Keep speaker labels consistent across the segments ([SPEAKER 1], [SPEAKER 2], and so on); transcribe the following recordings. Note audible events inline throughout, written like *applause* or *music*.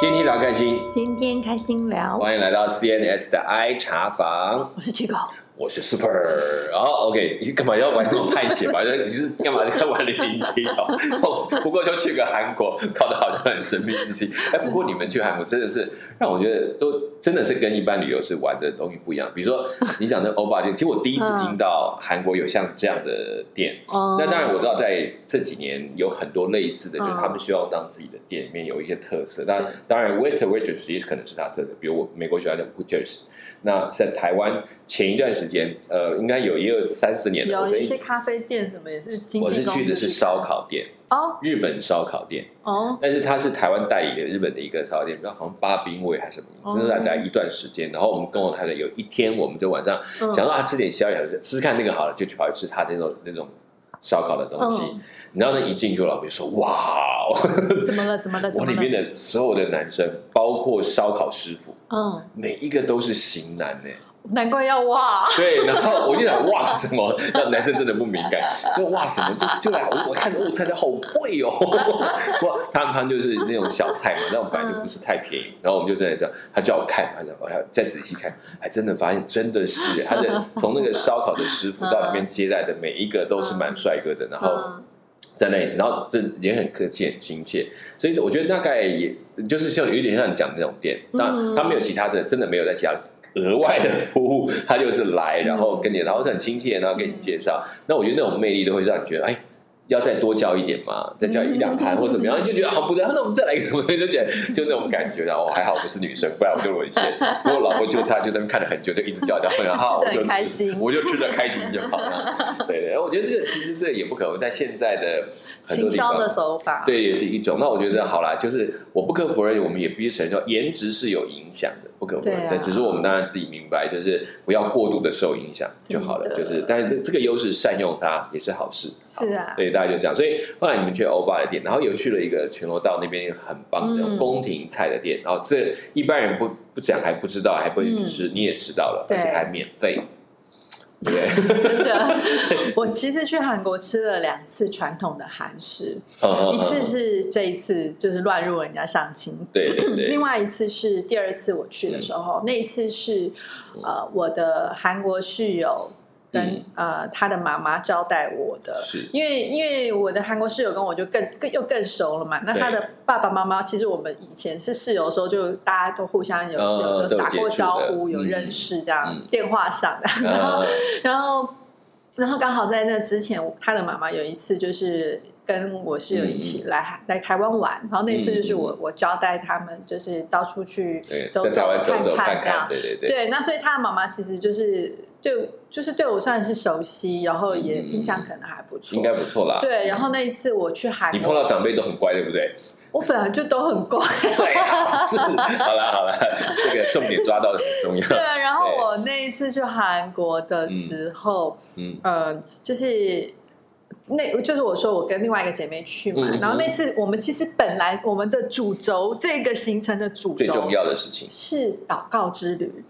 [SPEAKER 1] 天天聊开心，
[SPEAKER 2] 天天开心聊，
[SPEAKER 1] 欢迎来到 CNS 的 I 茶房，
[SPEAKER 2] 我是巨狗，
[SPEAKER 1] 我是 Super。哦，OK，你干嘛要玩这种派遣嘛？啊你是干嘛在玩零零七哦？不过就去个韩国，搞得好像很神秘兮兮。哎，不过你们去韩国真的是让我觉得都真的是跟一般旅游是玩的东西不一样。比如说你讲的欧巴店，其实我第一次听到韩国有像这样的店。
[SPEAKER 2] 哦
[SPEAKER 1] 那当然，我知道在这几年有很多类似的，就是
[SPEAKER 2] 嗯
[SPEAKER 1] 他们希望让自己的店里面有一些特色。
[SPEAKER 2] 是
[SPEAKER 1] 当然，当然，waiter waitress 也可能是它的特色，比如我美国喜欢的 hooters。那在台湾前一段时间，呃，应该有一二三四年了，我
[SPEAKER 2] 有
[SPEAKER 1] 曾
[SPEAKER 2] 一些
[SPEAKER 1] 经
[SPEAKER 2] 咖啡店什么也是经
[SPEAKER 1] 我是
[SPEAKER 2] 纪公
[SPEAKER 1] 去
[SPEAKER 2] 司
[SPEAKER 1] 的是烧烤店，
[SPEAKER 2] 哦
[SPEAKER 1] 日本烧烤店，
[SPEAKER 2] 哦
[SPEAKER 1] 但是它是台湾代理的日本的一个烧烤店，不知道好像八冰味还是什么名字，
[SPEAKER 2] 哦
[SPEAKER 1] 那大家一段时间，然后我们跟我太太有一天，我们就晚上
[SPEAKER 2] 嗯
[SPEAKER 1] 想说啊，吃点宵夜，想吃吃看那个好了，就去跑去吃他那种那种烧烤的东西。
[SPEAKER 2] 嗯
[SPEAKER 1] 然后呢，一进去，我老婆就说：“哇哦，
[SPEAKER 2] *laughs* 怎么了怎么了怎
[SPEAKER 1] 我
[SPEAKER 2] 么
[SPEAKER 1] 里
[SPEAKER 2] 了
[SPEAKER 1] 面的所有的男生，包括烧烤师傅，
[SPEAKER 2] 嗯
[SPEAKER 1] 每一个都是型男呢、欸
[SPEAKER 2] 难怪要哇
[SPEAKER 1] *laughs* 对，然后我就想哇什么？那男生真的不敏感， *laughs* 就哇什么就就来，我我看我菜单好贵哦， *laughs* 哇，他们他们就是那种小菜嘛，那种本来就不是太便宜，然后我们就在那叫他叫我看，他讲我要再仔细看，还真的发现真的是他的从那个烧烤的师傅到里面接待的每一个都是蛮帅哥的，然后
[SPEAKER 2] 嗯
[SPEAKER 1] 在那里吃，然后这也很客气很亲切，所以我觉得大概也就是像有一点像你讲的那种店，那
[SPEAKER 2] 嗯
[SPEAKER 1] 他没有其他的，真的没有在其他额外的服务，他就是来，然后跟你，然后是很亲切，然后给你介绍。那我觉得那种魅力都会让你觉得，哎，要再多交一点嘛，再交一两盘或怎么样，你就觉得好不对，那我们再来一个什么，就觉得就那种感觉。然后我还好不是女生，不然我就沦陷。不过我老婆就差，就在那边看了很久，就一直叫叫，然后我
[SPEAKER 2] 吃得
[SPEAKER 1] 就
[SPEAKER 2] 很开心
[SPEAKER 1] 吃，我就吃的开心就好了。对对，我觉得这个其实这个也不可能在现在的很多
[SPEAKER 2] 行
[SPEAKER 1] 地
[SPEAKER 2] 销
[SPEAKER 1] 方
[SPEAKER 2] 的手法
[SPEAKER 1] 对，也是一种。那我觉得好啦，就是我不可否认，我们也必须承认说，颜值是有影响的，不可否认。
[SPEAKER 2] 对啊
[SPEAKER 1] 但只是我们当然自己明白，就是不要过度的受影响就好了。
[SPEAKER 2] 真的
[SPEAKER 1] 就是，但是这这个优势善用它也是好事。好
[SPEAKER 2] 是啊
[SPEAKER 1] 对，大家就这样。所以后来你们去欧巴的店，然后又去了一个全罗道那边一个很棒的那种
[SPEAKER 2] 嗯
[SPEAKER 1] 宫廷菜的店，然后这一般人不不讲还不知道，还不会去吃，你也吃到了，而
[SPEAKER 2] 嗯对
[SPEAKER 1] 且还免费。对不 *laughs* 对，
[SPEAKER 2] 真的，
[SPEAKER 1] *laughs*
[SPEAKER 2] 我其实去韩国吃了两次传统的韩食，
[SPEAKER 1] 嗯 *laughs* 嗯嗯
[SPEAKER 2] 一次是这一次就是乱入人家相亲，
[SPEAKER 1] 对对嗯对，
[SPEAKER 2] 嗯另外一次是第二次我去的时候，那一次是呃我的韩国室友跟、
[SPEAKER 1] 嗯
[SPEAKER 2] 呃他的妈妈交代我的
[SPEAKER 1] 是，
[SPEAKER 2] 因为因为我的韩国室友跟我就更更又更熟了嘛，那
[SPEAKER 1] 对
[SPEAKER 2] 他的爸爸妈妈其实我们以前是室友的时候就大家都互相有、
[SPEAKER 1] 呃
[SPEAKER 2] 有
[SPEAKER 1] 都
[SPEAKER 2] 有
[SPEAKER 1] 有
[SPEAKER 2] 打
[SPEAKER 1] 接
[SPEAKER 2] 过
[SPEAKER 1] 触
[SPEAKER 2] 招
[SPEAKER 1] 的
[SPEAKER 2] 呼，有
[SPEAKER 1] 嗯
[SPEAKER 2] 认识这样，
[SPEAKER 1] 嗯
[SPEAKER 2] 电话上 *laughs* 的，然后
[SPEAKER 1] 呃
[SPEAKER 2] 然后，然后刚好在那之前，我他的妈妈有一次就是跟我室友一
[SPEAKER 1] 嗯
[SPEAKER 2] 起来、来台湾玩，然后那次就是我、我交代他们就是到处去
[SPEAKER 1] 对，
[SPEAKER 2] 走
[SPEAKER 1] 在台湾走走
[SPEAKER 2] 看
[SPEAKER 1] 看看，对对
[SPEAKER 2] 这样
[SPEAKER 1] 对，
[SPEAKER 2] 对，那所以他的妈妈其实就是对，就是对我算是熟悉，然后也
[SPEAKER 1] 嗯
[SPEAKER 2] 印象可能还不错。
[SPEAKER 1] 应该不错啦。
[SPEAKER 2] 对，然后那一次我去韩
[SPEAKER 1] 你碰
[SPEAKER 2] 国，
[SPEAKER 1] 到长辈都很乖，对不
[SPEAKER 2] *laughs*
[SPEAKER 1] 对？
[SPEAKER 2] 我本来就都很乖，
[SPEAKER 1] 对啊，是。好啦好啦，这个重点抓到的很重要。
[SPEAKER 2] *laughs* 对，然后我那一次去韩国的时候，
[SPEAKER 1] 嗯
[SPEAKER 2] 嗯，呃，就是那就是我说我跟另外一个姐妹去嘛，
[SPEAKER 1] 嗯嗯
[SPEAKER 2] 然后那次我们其实本来我们的主轴这个行程的主
[SPEAKER 1] 最重
[SPEAKER 2] 轴
[SPEAKER 1] 要的事情，
[SPEAKER 2] 是祷告之旅，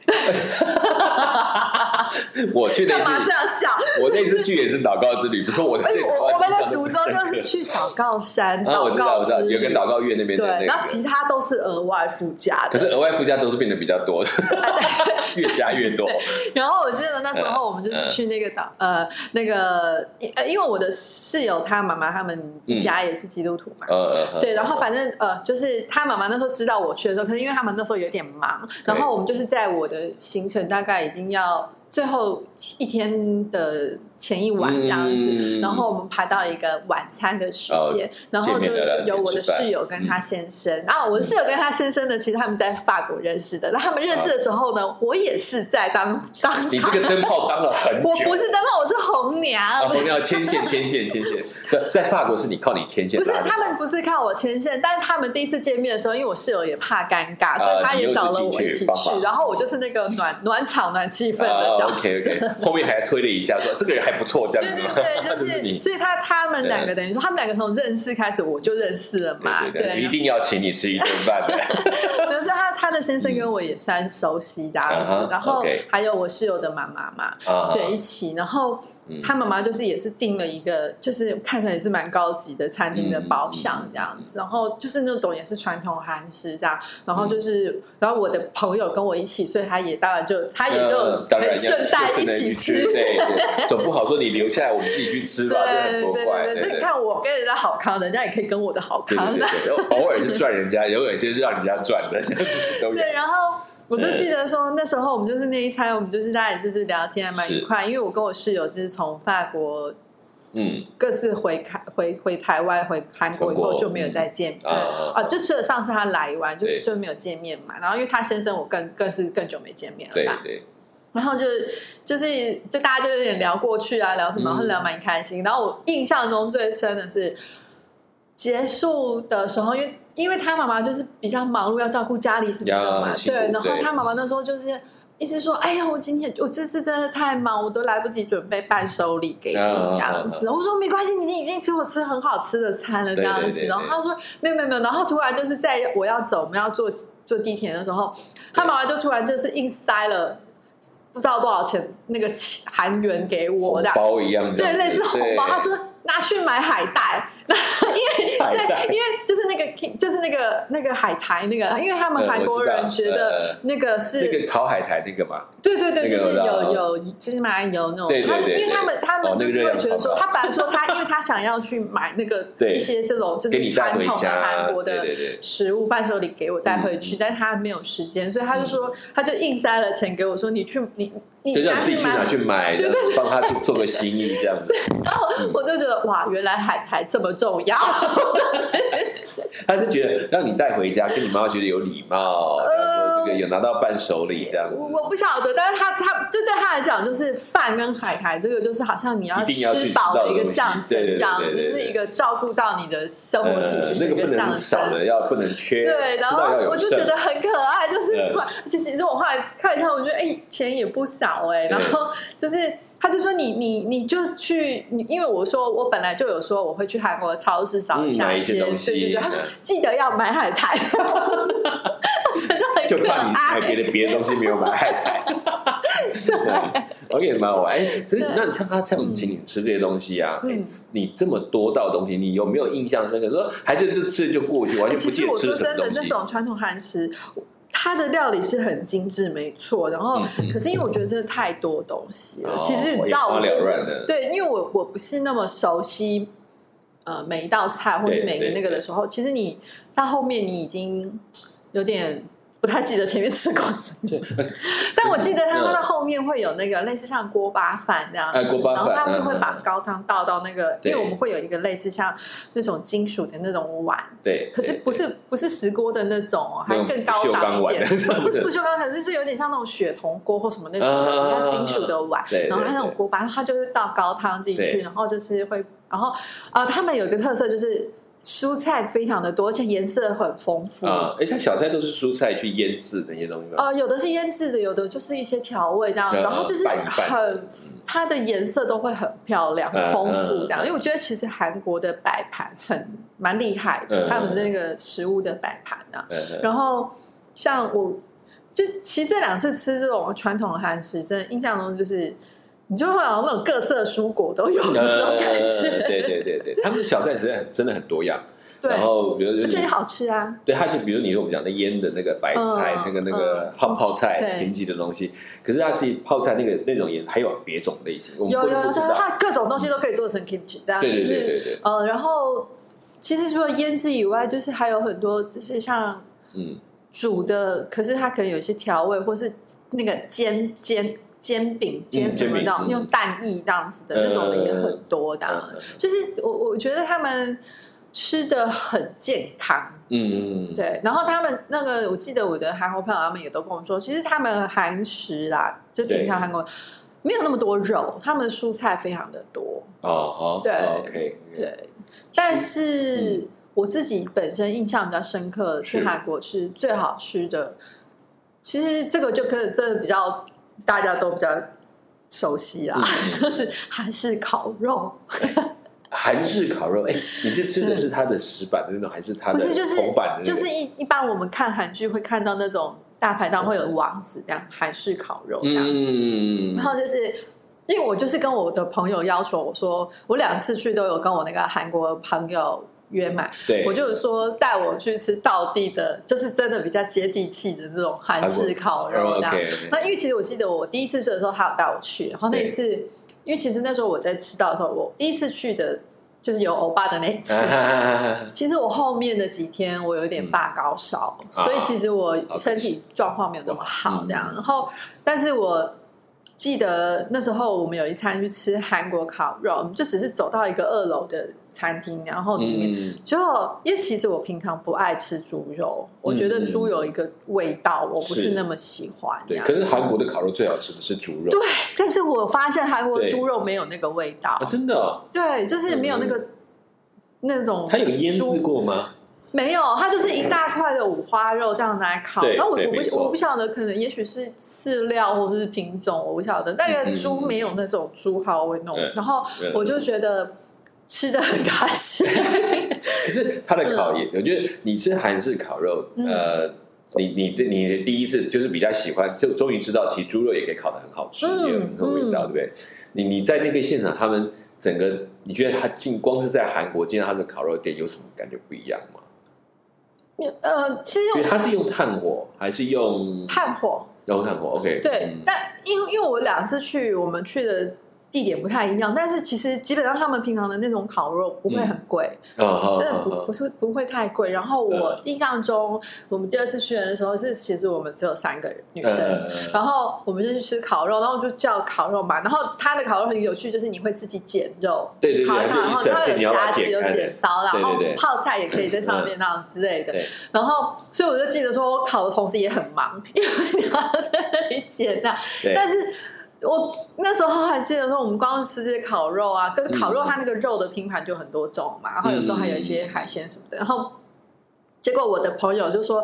[SPEAKER 1] 我去那
[SPEAKER 2] 干嘛这
[SPEAKER 1] 次，
[SPEAKER 2] 样笑？哎
[SPEAKER 1] 我那次去也是祷告之旅，不是我的
[SPEAKER 2] 我
[SPEAKER 1] 对祷告
[SPEAKER 2] 我们的
[SPEAKER 1] 之旅
[SPEAKER 2] 主轴就是去祷告山、
[SPEAKER 1] 啊，我
[SPEAKER 2] *laughs* 祷
[SPEAKER 1] 知道
[SPEAKER 2] 告
[SPEAKER 1] 我知道，
[SPEAKER 2] 之
[SPEAKER 1] 有
[SPEAKER 2] 旅，
[SPEAKER 1] 个祷告月那边的那
[SPEAKER 2] 对，然后
[SPEAKER 1] 个
[SPEAKER 2] 其。他都是额外附加
[SPEAKER 1] 可
[SPEAKER 2] 的。
[SPEAKER 1] 是额外附加都是变得比较
[SPEAKER 2] *laughs*
[SPEAKER 1] 多的，越加越多。
[SPEAKER 2] 然后我记得那时候我们就是去那个岛，
[SPEAKER 1] 嗯
[SPEAKER 2] 呃，那个呃，因为我的室友她妈妈他们一家也是基督徒嘛，
[SPEAKER 1] 呃呃，呃
[SPEAKER 2] 对，然后反正呃，就是他妈妈那时候知道我去的时候，可是因为他们那时候有点忙，然后我们就是在我的行程大概已经要最后一天的前一晚这样子，
[SPEAKER 1] 嗯哦
[SPEAKER 2] 然后我们排到一个晚餐的时间，然后
[SPEAKER 1] 见
[SPEAKER 2] 就
[SPEAKER 1] 面聊聊
[SPEAKER 2] 有
[SPEAKER 1] 天
[SPEAKER 2] 我的
[SPEAKER 1] 吃饭嗯
[SPEAKER 2] 室友跟他先生，然后我的室友跟他先生呢，其实他们在法国认识的，那他们认识的时候呢，我也是在当当场，
[SPEAKER 1] 哦你这个灯泡当了很
[SPEAKER 2] 我
[SPEAKER 1] 久哦
[SPEAKER 2] 不，是灯泡，我是红娘。
[SPEAKER 1] 然后要牵线牵线牵
[SPEAKER 2] *laughs*
[SPEAKER 1] 线。对在法国是你靠你牵线
[SPEAKER 2] 不
[SPEAKER 1] 拉
[SPEAKER 2] 是
[SPEAKER 1] 着的，
[SPEAKER 2] 他们不是看我牵线，但是他们第一次见面的时候，因为我室友也怕尴尬，
[SPEAKER 1] 啊
[SPEAKER 2] 所以他
[SPEAKER 1] 你又
[SPEAKER 2] 也
[SPEAKER 1] 是
[SPEAKER 2] 找了
[SPEAKER 1] 进
[SPEAKER 2] 我
[SPEAKER 1] 去
[SPEAKER 2] 一起
[SPEAKER 1] 帮忙
[SPEAKER 2] 去，然后我就是那个暖暖场暖气氛
[SPEAKER 1] 啊
[SPEAKER 2] 的角
[SPEAKER 1] OK
[SPEAKER 2] 色。
[SPEAKER 1] OK，后面还推了一下说这个人还还不错，这
[SPEAKER 2] *laughs* 对
[SPEAKER 1] 样子
[SPEAKER 2] 对
[SPEAKER 1] 吗？ *laughs*
[SPEAKER 2] 对，就
[SPEAKER 1] 你
[SPEAKER 2] 是，所以他他们两个等于说，他们两个从认识开始我就认识了嘛，
[SPEAKER 1] 对对，
[SPEAKER 2] 对，
[SPEAKER 1] 一
[SPEAKER 2] *laughs* 然
[SPEAKER 1] 定要请你吃一顿饭
[SPEAKER 2] *laughs*
[SPEAKER 1] 的。
[SPEAKER 2] 后所以他他的先生跟我也算熟悉这样
[SPEAKER 1] 嗯嗯啊哈
[SPEAKER 2] 子，然后
[SPEAKER 1] OK
[SPEAKER 2] 还有我室友的妈妈嘛，
[SPEAKER 1] 啊
[SPEAKER 2] 对，一起，然后
[SPEAKER 1] 嗯
[SPEAKER 2] 他妈妈就是也是订了一个，就是看起来也是蛮高级的餐厅的包
[SPEAKER 1] 嗯嗯
[SPEAKER 2] 厢
[SPEAKER 1] 嗯嗯
[SPEAKER 2] 这样子，然后就是那种也是传统韩式这样，然后
[SPEAKER 1] 嗯
[SPEAKER 2] 就是，然后我的朋友跟我一起，所以他也当然就啊他也就
[SPEAKER 1] 嗯当然要
[SPEAKER 2] 很顺带
[SPEAKER 1] 顺
[SPEAKER 2] 一
[SPEAKER 1] 带
[SPEAKER 2] 起
[SPEAKER 1] 吃，
[SPEAKER 2] 吃。 *laughs*
[SPEAKER 1] 对，对总不好说你留下来我们自己去吃吧，这很
[SPEAKER 2] 对
[SPEAKER 1] 多
[SPEAKER 2] 对
[SPEAKER 1] 怪。对
[SPEAKER 2] 对对，
[SPEAKER 1] 对
[SPEAKER 2] 你看我跟人家好康，人家也可以跟我的好
[SPEAKER 1] 对
[SPEAKER 2] 康
[SPEAKER 1] 对。对，然后偶尔是赚人
[SPEAKER 2] *laughs*
[SPEAKER 1] 家，偶尔就是让人家赚的， *laughs* 都有
[SPEAKER 2] 对，。然后我就记得说，那时候我们就是那一餐，我们就是大家也就是聊天，还蛮愉
[SPEAKER 1] 是
[SPEAKER 2] 快。因为我跟我室友就是从法国
[SPEAKER 1] 嗯，
[SPEAKER 2] 各自回台回回台湾回韩国以
[SPEAKER 1] 韩
[SPEAKER 2] 后
[SPEAKER 1] 国
[SPEAKER 2] 就没有再见面，
[SPEAKER 1] 嗯啊
[SPEAKER 2] 对啊，就除了上次他来玩就
[SPEAKER 1] 对
[SPEAKER 2] 就没有见面嘛。然后因为他先生我更更是更久没见面
[SPEAKER 1] 啊
[SPEAKER 2] 了
[SPEAKER 1] 对
[SPEAKER 2] 吧，
[SPEAKER 1] 对，
[SPEAKER 2] 然后就是就是就大家就有点聊过去啊，聊什
[SPEAKER 1] 嗯
[SPEAKER 2] 么，然后聊蛮开心。然后我印象中最深的是结束的时候，因为因为他妈妈就是比较忙碌，要照顾家里什么的嘛
[SPEAKER 1] 呀，辛苦
[SPEAKER 2] 对。然后
[SPEAKER 1] 对
[SPEAKER 2] 他妈妈那时候就是。一直说：“哎呀，我今天我这次真的太忙，我都来不及准备伴手礼给你
[SPEAKER 1] 啊
[SPEAKER 2] 这样子。”我说：“没关系，你已经请我吃很好吃的餐了这
[SPEAKER 1] 对
[SPEAKER 2] 样
[SPEAKER 1] 对对
[SPEAKER 2] 子。”
[SPEAKER 1] 对
[SPEAKER 2] 然后他说：“没有没有没有。”然后突然就是在我要走，我们要坐坐地铁的时候，他妈妈就突然就是硬塞了不知道多少钱那个钱韩元给我
[SPEAKER 1] 红
[SPEAKER 2] 的，
[SPEAKER 1] 包一样这样
[SPEAKER 2] 对，
[SPEAKER 1] 子，
[SPEAKER 2] 类似红包。
[SPEAKER 1] 对
[SPEAKER 2] 他说拿去买海带， *laughs* 那因为
[SPEAKER 1] 海带
[SPEAKER 2] 对，因为就是那个就是那个那个海苔那个，因为他们
[SPEAKER 1] 嗯
[SPEAKER 2] 韩国
[SPEAKER 1] 我
[SPEAKER 2] 人
[SPEAKER 1] 知
[SPEAKER 2] 觉
[SPEAKER 1] 道嗯
[SPEAKER 2] 得那个是、
[SPEAKER 1] 那个烤海苔那个嘛，
[SPEAKER 2] 对对
[SPEAKER 1] 那
[SPEAKER 2] 对，
[SPEAKER 1] 个
[SPEAKER 2] 就是
[SPEAKER 1] 我知道
[SPEAKER 2] 有有芝麻油那种，
[SPEAKER 1] 对对
[SPEAKER 2] 他
[SPEAKER 1] 对对
[SPEAKER 2] 因为他们他
[SPEAKER 1] 哦
[SPEAKER 2] 们
[SPEAKER 1] 那
[SPEAKER 2] 就
[SPEAKER 1] 个
[SPEAKER 2] 是
[SPEAKER 1] 热
[SPEAKER 2] 会
[SPEAKER 1] 量
[SPEAKER 2] 觉得
[SPEAKER 1] 超
[SPEAKER 2] 说，
[SPEAKER 1] 高
[SPEAKER 2] 他本来说他，因 *laughs* 为他想要去买那个
[SPEAKER 1] 对
[SPEAKER 2] 一些这种就
[SPEAKER 1] 给你
[SPEAKER 2] 是
[SPEAKER 1] 带
[SPEAKER 2] 传
[SPEAKER 1] 回
[SPEAKER 2] 统的
[SPEAKER 1] 家
[SPEAKER 2] 韩国的
[SPEAKER 1] 对对对
[SPEAKER 2] 食物伴手礼给我带回
[SPEAKER 1] 嗯
[SPEAKER 2] 去，但他没有时间，所以他就说他就硬塞了钱给我说你去你你
[SPEAKER 1] 就让
[SPEAKER 2] 拿
[SPEAKER 1] 自己去
[SPEAKER 2] 买
[SPEAKER 1] 拿去买，
[SPEAKER 2] 对
[SPEAKER 1] 然后帮他做做个心意这样子。
[SPEAKER 2] 然后我就觉得哇，原来海苔这么重要。
[SPEAKER 1] 他是觉得让你带回家，跟你妈妈觉得有礼貌，然后这个有拿到伴手礼这样子
[SPEAKER 2] 呃我。我不晓得，但是他他就对他来讲，就是饭跟海苔这个，就是好像你
[SPEAKER 1] 一定
[SPEAKER 2] 吃
[SPEAKER 1] 要去
[SPEAKER 2] 饱
[SPEAKER 1] 吃到
[SPEAKER 2] 的
[SPEAKER 1] 的
[SPEAKER 2] 一个
[SPEAKER 1] 东西
[SPEAKER 2] 象征
[SPEAKER 1] 对对，对
[SPEAKER 2] 这样
[SPEAKER 1] 对
[SPEAKER 2] 子，
[SPEAKER 1] 对
[SPEAKER 2] 就
[SPEAKER 1] 对
[SPEAKER 2] 是一个照顾到你的生活起
[SPEAKER 1] 呃
[SPEAKER 2] 居
[SPEAKER 1] 那
[SPEAKER 2] 的
[SPEAKER 1] 个
[SPEAKER 2] 一
[SPEAKER 1] 不
[SPEAKER 2] 象
[SPEAKER 1] 能少
[SPEAKER 2] 征。
[SPEAKER 1] 的，要不能缺，
[SPEAKER 2] 对，
[SPEAKER 1] 吃
[SPEAKER 2] 然
[SPEAKER 1] 到要
[SPEAKER 2] 后
[SPEAKER 1] 有
[SPEAKER 2] 我就
[SPEAKER 1] 剩
[SPEAKER 2] 觉得很可爱，就是
[SPEAKER 1] 嗯
[SPEAKER 2] 突然就其实我后来看一下，我觉得哎、钱也不少哎、
[SPEAKER 1] 对
[SPEAKER 2] 然后就是他就说你你你就去，你因为我说我本来就有说我会去韩国超市找
[SPEAKER 1] 嗯
[SPEAKER 2] 下
[SPEAKER 1] 买一些
[SPEAKER 2] 些
[SPEAKER 1] 东西
[SPEAKER 2] 对对对，他说
[SPEAKER 1] 嗯
[SPEAKER 2] 记得要买海苔， *laughs* 我觉得很
[SPEAKER 1] 就
[SPEAKER 2] 可
[SPEAKER 1] 怕你买
[SPEAKER 2] 爱。
[SPEAKER 1] 别的别的东西没有买海苔。对，OK，蛮好玩。哎，所以那你像他这样请你吃这些东西啊，
[SPEAKER 2] 嗯
[SPEAKER 1] 哎你这么多道东西，你有没有印象深刻？说还是就吃就过去，完全不
[SPEAKER 2] 哎其
[SPEAKER 1] 记
[SPEAKER 2] 实
[SPEAKER 1] 得
[SPEAKER 2] 我
[SPEAKER 1] 吃
[SPEAKER 2] 说
[SPEAKER 1] 什么
[SPEAKER 2] 真的
[SPEAKER 1] 东，
[SPEAKER 2] 那
[SPEAKER 1] 西。
[SPEAKER 2] 种传统韩食，它的料理是很精致，没错。然后，可是因为我觉得真的太多东西了，
[SPEAKER 1] 嗯哦
[SPEAKER 2] 其实你知道，
[SPEAKER 1] 我
[SPEAKER 2] 我
[SPEAKER 1] 也
[SPEAKER 2] 就
[SPEAKER 1] 花了乱
[SPEAKER 2] 是
[SPEAKER 1] 了
[SPEAKER 2] 对，因为我我不是那么熟悉。呃，每一道菜或
[SPEAKER 1] 对
[SPEAKER 2] 是每个
[SPEAKER 1] 对
[SPEAKER 2] 那个的时候，其实你到后面你已经有点不太记得前面吃过什么。 *laughs* 但我记得他们到后面会有那个类似像锅巴饭这样子，
[SPEAKER 1] 哎锅巴
[SPEAKER 2] 然后
[SPEAKER 1] 饭
[SPEAKER 2] 他们
[SPEAKER 1] 嗯
[SPEAKER 2] 就会
[SPEAKER 1] 嗯
[SPEAKER 2] 把
[SPEAKER 1] 嗯
[SPEAKER 2] 高汤倒到那个，因为
[SPEAKER 1] 对
[SPEAKER 2] 我们会有一个类似像那种金属的那种碗，
[SPEAKER 1] 嗯对，
[SPEAKER 2] 可是不是不是石锅的那种哦，还
[SPEAKER 1] 那种
[SPEAKER 2] 更高
[SPEAKER 1] 不锈
[SPEAKER 2] 档
[SPEAKER 1] 钢
[SPEAKER 2] 一
[SPEAKER 1] 碗
[SPEAKER 2] 点，
[SPEAKER 1] 那种的
[SPEAKER 2] 不是不锈钢，可是就是有点像那种雪铜锅或什么那种
[SPEAKER 1] 啊
[SPEAKER 2] 比较金属的碗
[SPEAKER 1] 对对，
[SPEAKER 2] 然后它那种
[SPEAKER 1] 对
[SPEAKER 2] 锅巴，它就是倒高汤进
[SPEAKER 1] 对
[SPEAKER 2] 去，然后就是会，然后呃，他们有一个特色就是蔬菜非常的多，而且颜色很丰富。
[SPEAKER 1] 啊，而且小菜都是蔬菜去腌制的那些东西吧。
[SPEAKER 2] 呃，有的是腌制的，有的就是一些调味这样，
[SPEAKER 1] 嗯
[SPEAKER 2] 然后就是
[SPEAKER 1] 拌一拌
[SPEAKER 2] 很它的颜色都会很漂亮、
[SPEAKER 1] 嗯
[SPEAKER 2] 很丰富这样。
[SPEAKER 1] 嗯嗯
[SPEAKER 2] 因为我觉得其实韩国的摆盘很蛮厉害的，
[SPEAKER 1] 嗯
[SPEAKER 2] 他们那个食物的摆盘啊，
[SPEAKER 1] 嗯
[SPEAKER 2] *laughs*
[SPEAKER 1] 嗯
[SPEAKER 2] 然后像我，就其实这两次吃这种传统的韩食，真的印象中就是，你就会好像那种各色蔬果都有的那种感 *laughs*
[SPEAKER 1] 呃
[SPEAKER 2] 觉，
[SPEAKER 1] 对对对对，他们的小菜实在很真的很多样。
[SPEAKER 2] 对，
[SPEAKER 1] 然后比如就
[SPEAKER 2] 而
[SPEAKER 1] 是
[SPEAKER 2] 且
[SPEAKER 1] 你
[SPEAKER 2] 也好吃啊。
[SPEAKER 1] 对，它就比如你说我们讲的腌的那个白菜，
[SPEAKER 2] 嗯
[SPEAKER 1] 那个那个
[SPEAKER 2] 嗯
[SPEAKER 1] 泡泡菜
[SPEAKER 2] 对
[SPEAKER 1] 田鸡的东西，可是它自己泡菜那个那种也还有别种类型，我们
[SPEAKER 2] 有有
[SPEAKER 1] 根本
[SPEAKER 2] 有，
[SPEAKER 1] 不知
[SPEAKER 2] 它
[SPEAKER 1] 道。
[SPEAKER 2] 它各种东西都可以做成 kimchi，这样
[SPEAKER 1] 对
[SPEAKER 2] 就
[SPEAKER 1] 对对对
[SPEAKER 2] 是
[SPEAKER 1] 对，
[SPEAKER 2] 呃，然后其实除了腌制以外，就是还有很多就是像
[SPEAKER 1] 嗯，
[SPEAKER 2] 煮的，可是它可能有一些调味，或是那个煎煎煎饼、煎什
[SPEAKER 1] 煎
[SPEAKER 2] 么
[SPEAKER 1] 饼
[SPEAKER 2] 那
[SPEAKER 1] 嗯
[SPEAKER 2] 种、用蛋液这样子的、那种的也很多的，
[SPEAKER 1] 嗯嗯嗯
[SPEAKER 2] 就是我我觉得他们吃的很健康。
[SPEAKER 1] 嗯，
[SPEAKER 2] 对，然后他们那个，我记得我的韩国朋友他们也都跟我说，其实他们韩食啦，就平常韩国没有那么多肉，他们蔬菜非常的多。
[SPEAKER 1] 哦哦，
[SPEAKER 2] 对
[SPEAKER 1] ，OK，
[SPEAKER 2] 对，但是我自己本身印象比较深刻的
[SPEAKER 1] 嗯是
[SPEAKER 2] 去韩国吃最好吃的，其实这个就可以真的比较大家都比较熟悉啦，
[SPEAKER 1] 嗯
[SPEAKER 2] *laughs* 就是韩式烤肉，
[SPEAKER 1] 韩式烤肉，哎，你是吃的是它的石板的那种，还是它
[SPEAKER 2] 不
[SPEAKER 1] 的
[SPEAKER 2] 是就是
[SPEAKER 1] 铜板的那
[SPEAKER 2] 就
[SPEAKER 1] 种？
[SPEAKER 2] 是一一般我们看韩剧会看到那种大排档会有王子这样韩式烤肉这样，
[SPEAKER 1] 嗯，
[SPEAKER 2] 然后就是。因为我就是跟我的朋友要求，我说我两次去都有跟我那个韩国朋友约买，
[SPEAKER 1] 对，
[SPEAKER 2] 我就是说带我去吃道地的，就是真的比较接地气的那种韩式烤肉这样。
[SPEAKER 1] 哦 OK，
[SPEAKER 2] 那因为其实我记得我第一次去的时候，他有带我去，然后那一次，因为其实那时候我在吃到的时候，我第一次去的就是有欧巴的那一
[SPEAKER 1] *laughs*
[SPEAKER 2] 次。*laughs*
[SPEAKER 1] 啊
[SPEAKER 2] 其实我后面的几天我有一点发高烧，
[SPEAKER 1] 嗯哦
[SPEAKER 2] 所以其实我身体状况没有那么好，这样。然后，但是我记得那时候我们有一餐去吃韩国烤肉，我们就只是走到一个二楼的餐厅，然后里面
[SPEAKER 1] 嗯，
[SPEAKER 2] 就因为其实我平常不爱吃猪肉，我觉得猪有一个味道我
[SPEAKER 1] 嗯
[SPEAKER 2] 不
[SPEAKER 1] 是
[SPEAKER 2] 是那么喜欢，这
[SPEAKER 1] 对。
[SPEAKER 2] 样
[SPEAKER 1] 可。是韩国的烤肉最好吃的是猪肉，
[SPEAKER 2] 对，但是我发现韩国
[SPEAKER 1] 对
[SPEAKER 2] 猪肉没有那个味道
[SPEAKER 1] 啊，，真的哦，
[SPEAKER 2] 对，就是没有那个那种
[SPEAKER 1] 它有腌
[SPEAKER 2] 猪
[SPEAKER 1] 制过吗？
[SPEAKER 2] 没有，它就是一大块的五花肉这样拿来烤。
[SPEAKER 1] 对
[SPEAKER 2] 然后我
[SPEAKER 1] 对
[SPEAKER 2] 我
[SPEAKER 1] 没
[SPEAKER 2] 不
[SPEAKER 1] 错
[SPEAKER 2] 我不晓得，可能也许是饲料或是品种，我不晓得。那
[SPEAKER 1] 嗯
[SPEAKER 2] 个
[SPEAKER 1] 嗯
[SPEAKER 2] 猪
[SPEAKER 1] 嗯
[SPEAKER 2] 没有那种猪好味弄
[SPEAKER 1] 嗯，
[SPEAKER 2] 然后
[SPEAKER 1] 嗯
[SPEAKER 2] 我就觉得吃的很开
[SPEAKER 1] *laughs*
[SPEAKER 2] 心。 *laughs*
[SPEAKER 1] 可是它的烤也，我觉得你吃韩式烤肉，
[SPEAKER 2] 嗯
[SPEAKER 1] 呃，你你这你第一次就是比较喜欢，就终于知道其实猪肉也可以烤的很好吃，
[SPEAKER 2] 嗯
[SPEAKER 1] 也有很有味道，对不对？你你在那个现场，他们整个你觉得他进光是在韩国见到他们的烤肉店有什么感觉不一样吗？
[SPEAKER 2] 呃，其实
[SPEAKER 1] 因为
[SPEAKER 2] 我
[SPEAKER 1] 他是用炭火还是用
[SPEAKER 2] 炭火
[SPEAKER 1] 用炭火？OK，
[SPEAKER 2] 对，
[SPEAKER 1] 嗯
[SPEAKER 2] 但因为因为我两次去，我们去的。地点不太一样，但是其实基本上他们平常的那种烤肉不会很贵，
[SPEAKER 1] 啊
[SPEAKER 2] 真的不不
[SPEAKER 1] 啊
[SPEAKER 2] 是不会太贵。然后我印象中，我们第二次去的时候是，其实我们只有三个女生，
[SPEAKER 1] 呃，
[SPEAKER 2] 然后我们就去吃烤肉，然后我就叫烤肉嘛。然后他的烤肉很有趣，就是你会自己剪肉，
[SPEAKER 1] 对对对
[SPEAKER 2] 烤一烤，然
[SPEAKER 1] 它
[SPEAKER 2] 后
[SPEAKER 1] 就一整
[SPEAKER 2] 它
[SPEAKER 1] 片你要
[SPEAKER 2] 有
[SPEAKER 1] 把它
[SPEAKER 2] 夹子、
[SPEAKER 1] 剪
[SPEAKER 2] 有
[SPEAKER 1] 开
[SPEAKER 2] 剪刀，然后
[SPEAKER 1] 对对对
[SPEAKER 2] 泡菜也可以在上面那样之类的
[SPEAKER 1] 对。
[SPEAKER 2] 然后，所以我就记得说，我烤的同时也很忙，因为你要在那里剪啊。
[SPEAKER 1] 对
[SPEAKER 2] 但是我那时候还记得说，我们光是吃这些烤肉啊，但是烤肉它那个肉的拼盘就很多种嘛，然后有时候还有一
[SPEAKER 1] 嗯
[SPEAKER 2] 些海鲜什么的，然后。结果我的朋友就说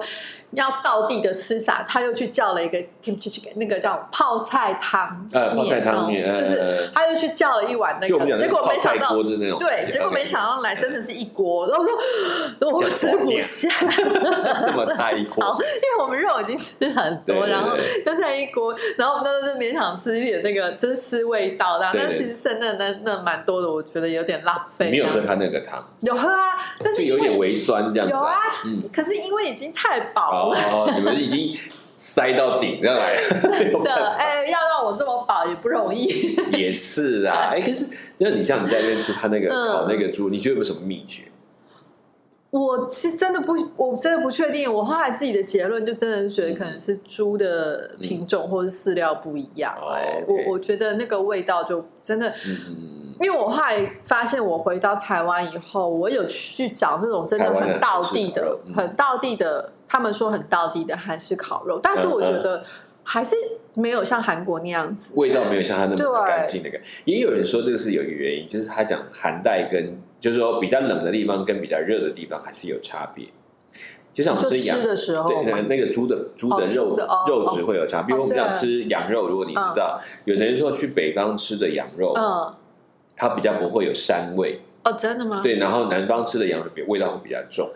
[SPEAKER 2] 要道地的吃法，他又去叫了一个 kimchi chicken，那个叫泡菜汤
[SPEAKER 1] 呃泡菜
[SPEAKER 2] 面
[SPEAKER 1] 汤面
[SPEAKER 2] 哦
[SPEAKER 1] 呃
[SPEAKER 2] 就是他又去叫了一碗那
[SPEAKER 1] 就我们
[SPEAKER 2] 个，
[SPEAKER 1] 讲的
[SPEAKER 2] 结果
[SPEAKER 1] 泡
[SPEAKER 2] 没想
[SPEAKER 1] 菜
[SPEAKER 2] 到
[SPEAKER 1] 锅的那种，
[SPEAKER 2] 对，结果
[SPEAKER 1] OK，
[SPEAKER 2] 没想到来真的是一锅，然后我说 *laughs* 我
[SPEAKER 1] 这
[SPEAKER 2] 吃
[SPEAKER 1] 样
[SPEAKER 2] 不
[SPEAKER 1] 面
[SPEAKER 2] 下，
[SPEAKER 1] *laughs* 这么大一锅，
[SPEAKER 2] 因为我们肉已经吃很
[SPEAKER 1] 对对
[SPEAKER 2] 多，
[SPEAKER 1] 对
[SPEAKER 2] 然后刚才一锅，然后我们都是勉强吃一点那个，就是吃味道的。
[SPEAKER 1] 对对
[SPEAKER 2] 但其实剩那那那蛮多的，我觉得有点浪费。
[SPEAKER 1] 没有喝
[SPEAKER 2] 这样
[SPEAKER 1] 他那个汤，
[SPEAKER 2] 有喝啊，但
[SPEAKER 1] 就是有
[SPEAKER 2] 因
[SPEAKER 1] 点
[SPEAKER 2] 为
[SPEAKER 1] 微酸这样子
[SPEAKER 2] 有啊，
[SPEAKER 1] 嗯。
[SPEAKER 2] 可是因为已经太饱了。
[SPEAKER 1] 哦，你们已经塞到顶上来了，没有
[SPEAKER 2] *laughs* 的
[SPEAKER 1] 办法
[SPEAKER 2] *laughs* 哎、要让我这么饱也不容易。 *laughs*
[SPEAKER 1] 也是啊。哎，可是那你像你在那边吃他那个
[SPEAKER 2] 嗯
[SPEAKER 1] 烤那个猪，你觉得有没有什么秘诀？
[SPEAKER 2] 我是真的不，我真的不确定。我后来自己的结论就真的觉得可能是猪的品种或者饲料不一样、
[SPEAKER 1] 嗯哦
[SPEAKER 2] 哎、
[SPEAKER 1] OK
[SPEAKER 2] 我我觉得那个味道就真的
[SPEAKER 1] 嗯，
[SPEAKER 2] 因为我后来发现，我回到台湾以后，我有去找那种真的很道地
[SPEAKER 1] 台湾的韩
[SPEAKER 2] 的
[SPEAKER 1] 式烤肉、嗯
[SPEAKER 2] 很道地的，他们说很道地的韩式烤肉，但
[SPEAKER 1] 嗯
[SPEAKER 2] 是我觉得还是没有像韩国那样子。
[SPEAKER 1] 味道没有像他那么
[SPEAKER 2] 对
[SPEAKER 1] 干净的感觉。也有人说这个是有一个原因，就是他讲寒带跟就是说比较冷的地方跟比较热的地方还是有差别。就像我
[SPEAKER 2] 就
[SPEAKER 1] 们吃羊，
[SPEAKER 2] 吃的时候
[SPEAKER 1] 对，那
[SPEAKER 2] 嘛，
[SPEAKER 1] 那个猪的猪的
[SPEAKER 2] 哦
[SPEAKER 1] 肉
[SPEAKER 2] 猪的哦
[SPEAKER 1] 肉质会有差。比如我们
[SPEAKER 2] 对
[SPEAKER 1] 讲吃羊肉，如果你知道，有的人说去北方吃的羊肉，
[SPEAKER 2] 嗯，
[SPEAKER 1] 它比较不会有膻味。
[SPEAKER 2] 哦，真的吗？，
[SPEAKER 1] 对，然后南方吃的羊肉比味道会比较重，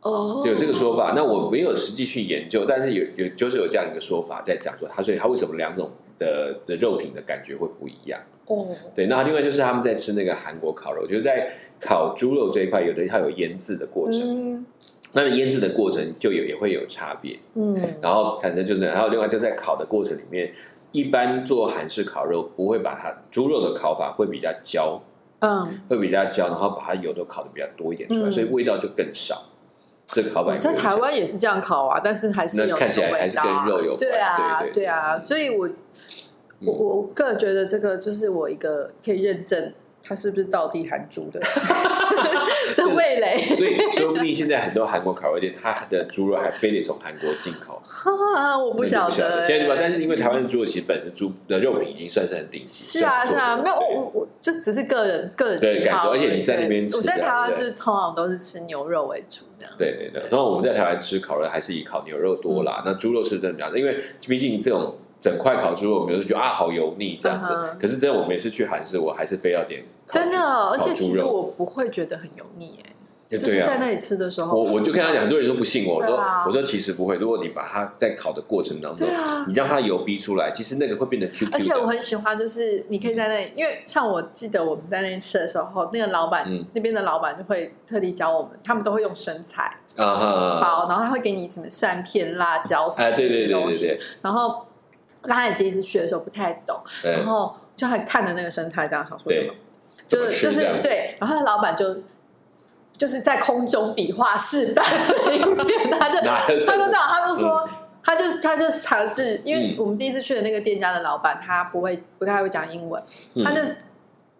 [SPEAKER 2] 哦，
[SPEAKER 1] 就有这个说法。那我没有实际去研究，但是有有就是有这样一个说法在讲说，它所以它为什么两种的的肉品的感觉会不一样？
[SPEAKER 2] 哦，
[SPEAKER 1] 对，那另外就是他们在吃那个韩国烤肉，就是在烤猪肉这一块，有的它有腌制的过程，
[SPEAKER 2] 嗯
[SPEAKER 1] 那腌制的过程就有也会有差别，
[SPEAKER 2] 嗯，
[SPEAKER 1] 然后产生就是，然后另外就在烤的过程里面。一般做韩式烤肉不会把它猪肉的烤法会比较焦，
[SPEAKER 2] 嗯，
[SPEAKER 1] 会比较焦，然后把它油都烤的比较多一点出来，
[SPEAKER 2] 嗯
[SPEAKER 1] 所以味道就更少。这烤法
[SPEAKER 2] 在台湾也是这样烤啊，但是还是有
[SPEAKER 1] 那看起来
[SPEAKER 2] 个味
[SPEAKER 1] 还是
[SPEAKER 2] 道
[SPEAKER 1] 跟
[SPEAKER 2] 啊
[SPEAKER 1] 肉有关
[SPEAKER 2] 对啊，
[SPEAKER 1] 对对嗯
[SPEAKER 2] 对啊，所以我我我个人觉得这个就是我一个可以认证它是不是到地含
[SPEAKER 1] *laughs*
[SPEAKER 2] 猪的的味蕾。
[SPEAKER 1] *laughs* 所以说不定现在很多韩国烤肉店，它的猪肉还非得从韩国进口，
[SPEAKER 2] 啊，我 *laughs* 不
[SPEAKER 1] 那就
[SPEAKER 2] 晓
[SPEAKER 1] 不晓
[SPEAKER 2] 得、欸
[SPEAKER 1] 现在对吧？但是因为台湾的猪肉其实本身猪的肉品已经算是很顶级，
[SPEAKER 2] 是啊
[SPEAKER 1] 这
[SPEAKER 2] 是
[SPEAKER 1] 样
[SPEAKER 2] 啊，
[SPEAKER 1] 做
[SPEAKER 2] 没有
[SPEAKER 1] 的
[SPEAKER 2] 我我我就只是个人个人
[SPEAKER 1] 对
[SPEAKER 2] 喜好
[SPEAKER 1] 感
[SPEAKER 2] 已，
[SPEAKER 1] 觉而且你在那边吃
[SPEAKER 2] 对我在
[SPEAKER 1] 这样
[SPEAKER 2] 台湾
[SPEAKER 1] 对
[SPEAKER 2] 就是通常都是吃牛肉为主的。
[SPEAKER 1] 对对
[SPEAKER 2] 嗯
[SPEAKER 1] 对对。然后我们在台湾吃烤肉还是以烤牛肉多啦，那猪肉是真的比较，因为毕竟这种。整块烤猪肉，我们有时候觉得啊好油腻这样
[SPEAKER 2] 嗯
[SPEAKER 1] 的。
[SPEAKER 2] 哼
[SPEAKER 1] 可是真的，我每次去韩式，我还是非要点烤
[SPEAKER 2] 真的，而
[SPEAKER 1] 烤
[SPEAKER 2] 且
[SPEAKER 1] 猪
[SPEAKER 2] 其实
[SPEAKER 1] 肉
[SPEAKER 2] 我不会觉得很油腻哎、
[SPEAKER 1] 对
[SPEAKER 2] 就是
[SPEAKER 1] 啊
[SPEAKER 2] 在那里吃的时候，
[SPEAKER 1] 我我就跟他讲，很多人都不信我，我
[SPEAKER 2] 哦对
[SPEAKER 1] 说
[SPEAKER 2] 啊
[SPEAKER 1] 我说其实不会，如果你把它在烤的过程当中
[SPEAKER 2] 对啊，
[SPEAKER 1] 你让它油逼出来，其实那个会变得 Q Q 的。
[SPEAKER 2] 而且我很喜欢，就是你可以在那里，因为像我记得我们在那里吃的时候，那个老板、
[SPEAKER 1] 嗯
[SPEAKER 2] 那边的老板就会特地教我们，他们都会用生菜
[SPEAKER 1] 啊哈哈，
[SPEAKER 2] 包，然后他会给你什么蒜片、辣椒什么
[SPEAKER 1] 哎，对对对
[SPEAKER 2] 东
[SPEAKER 1] 对
[SPEAKER 2] 西，
[SPEAKER 1] 对
[SPEAKER 2] 然后刚开始第一次去的时候不太懂，
[SPEAKER 1] 对，
[SPEAKER 2] 然
[SPEAKER 1] 哎
[SPEAKER 2] 后就还看着那个生态，这样想说怎
[SPEAKER 1] 对
[SPEAKER 2] 么，就
[SPEAKER 1] 怎么
[SPEAKER 2] 是
[SPEAKER 1] 吃
[SPEAKER 2] 就是
[SPEAKER 1] 这样子
[SPEAKER 2] 对，然后老板就就是在空中比划示范了一遍，他
[SPEAKER 1] *laughs*
[SPEAKER 2] 就
[SPEAKER 1] 哪有这种
[SPEAKER 2] 他就这样，他就说。他就他就尝试，因为
[SPEAKER 1] 嗯
[SPEAKER 2] 我们第一次去的那个店家的老板，他不会不太会讲英文，
[SPEAKER 1] 嗯
[SPEAKER 2] 他就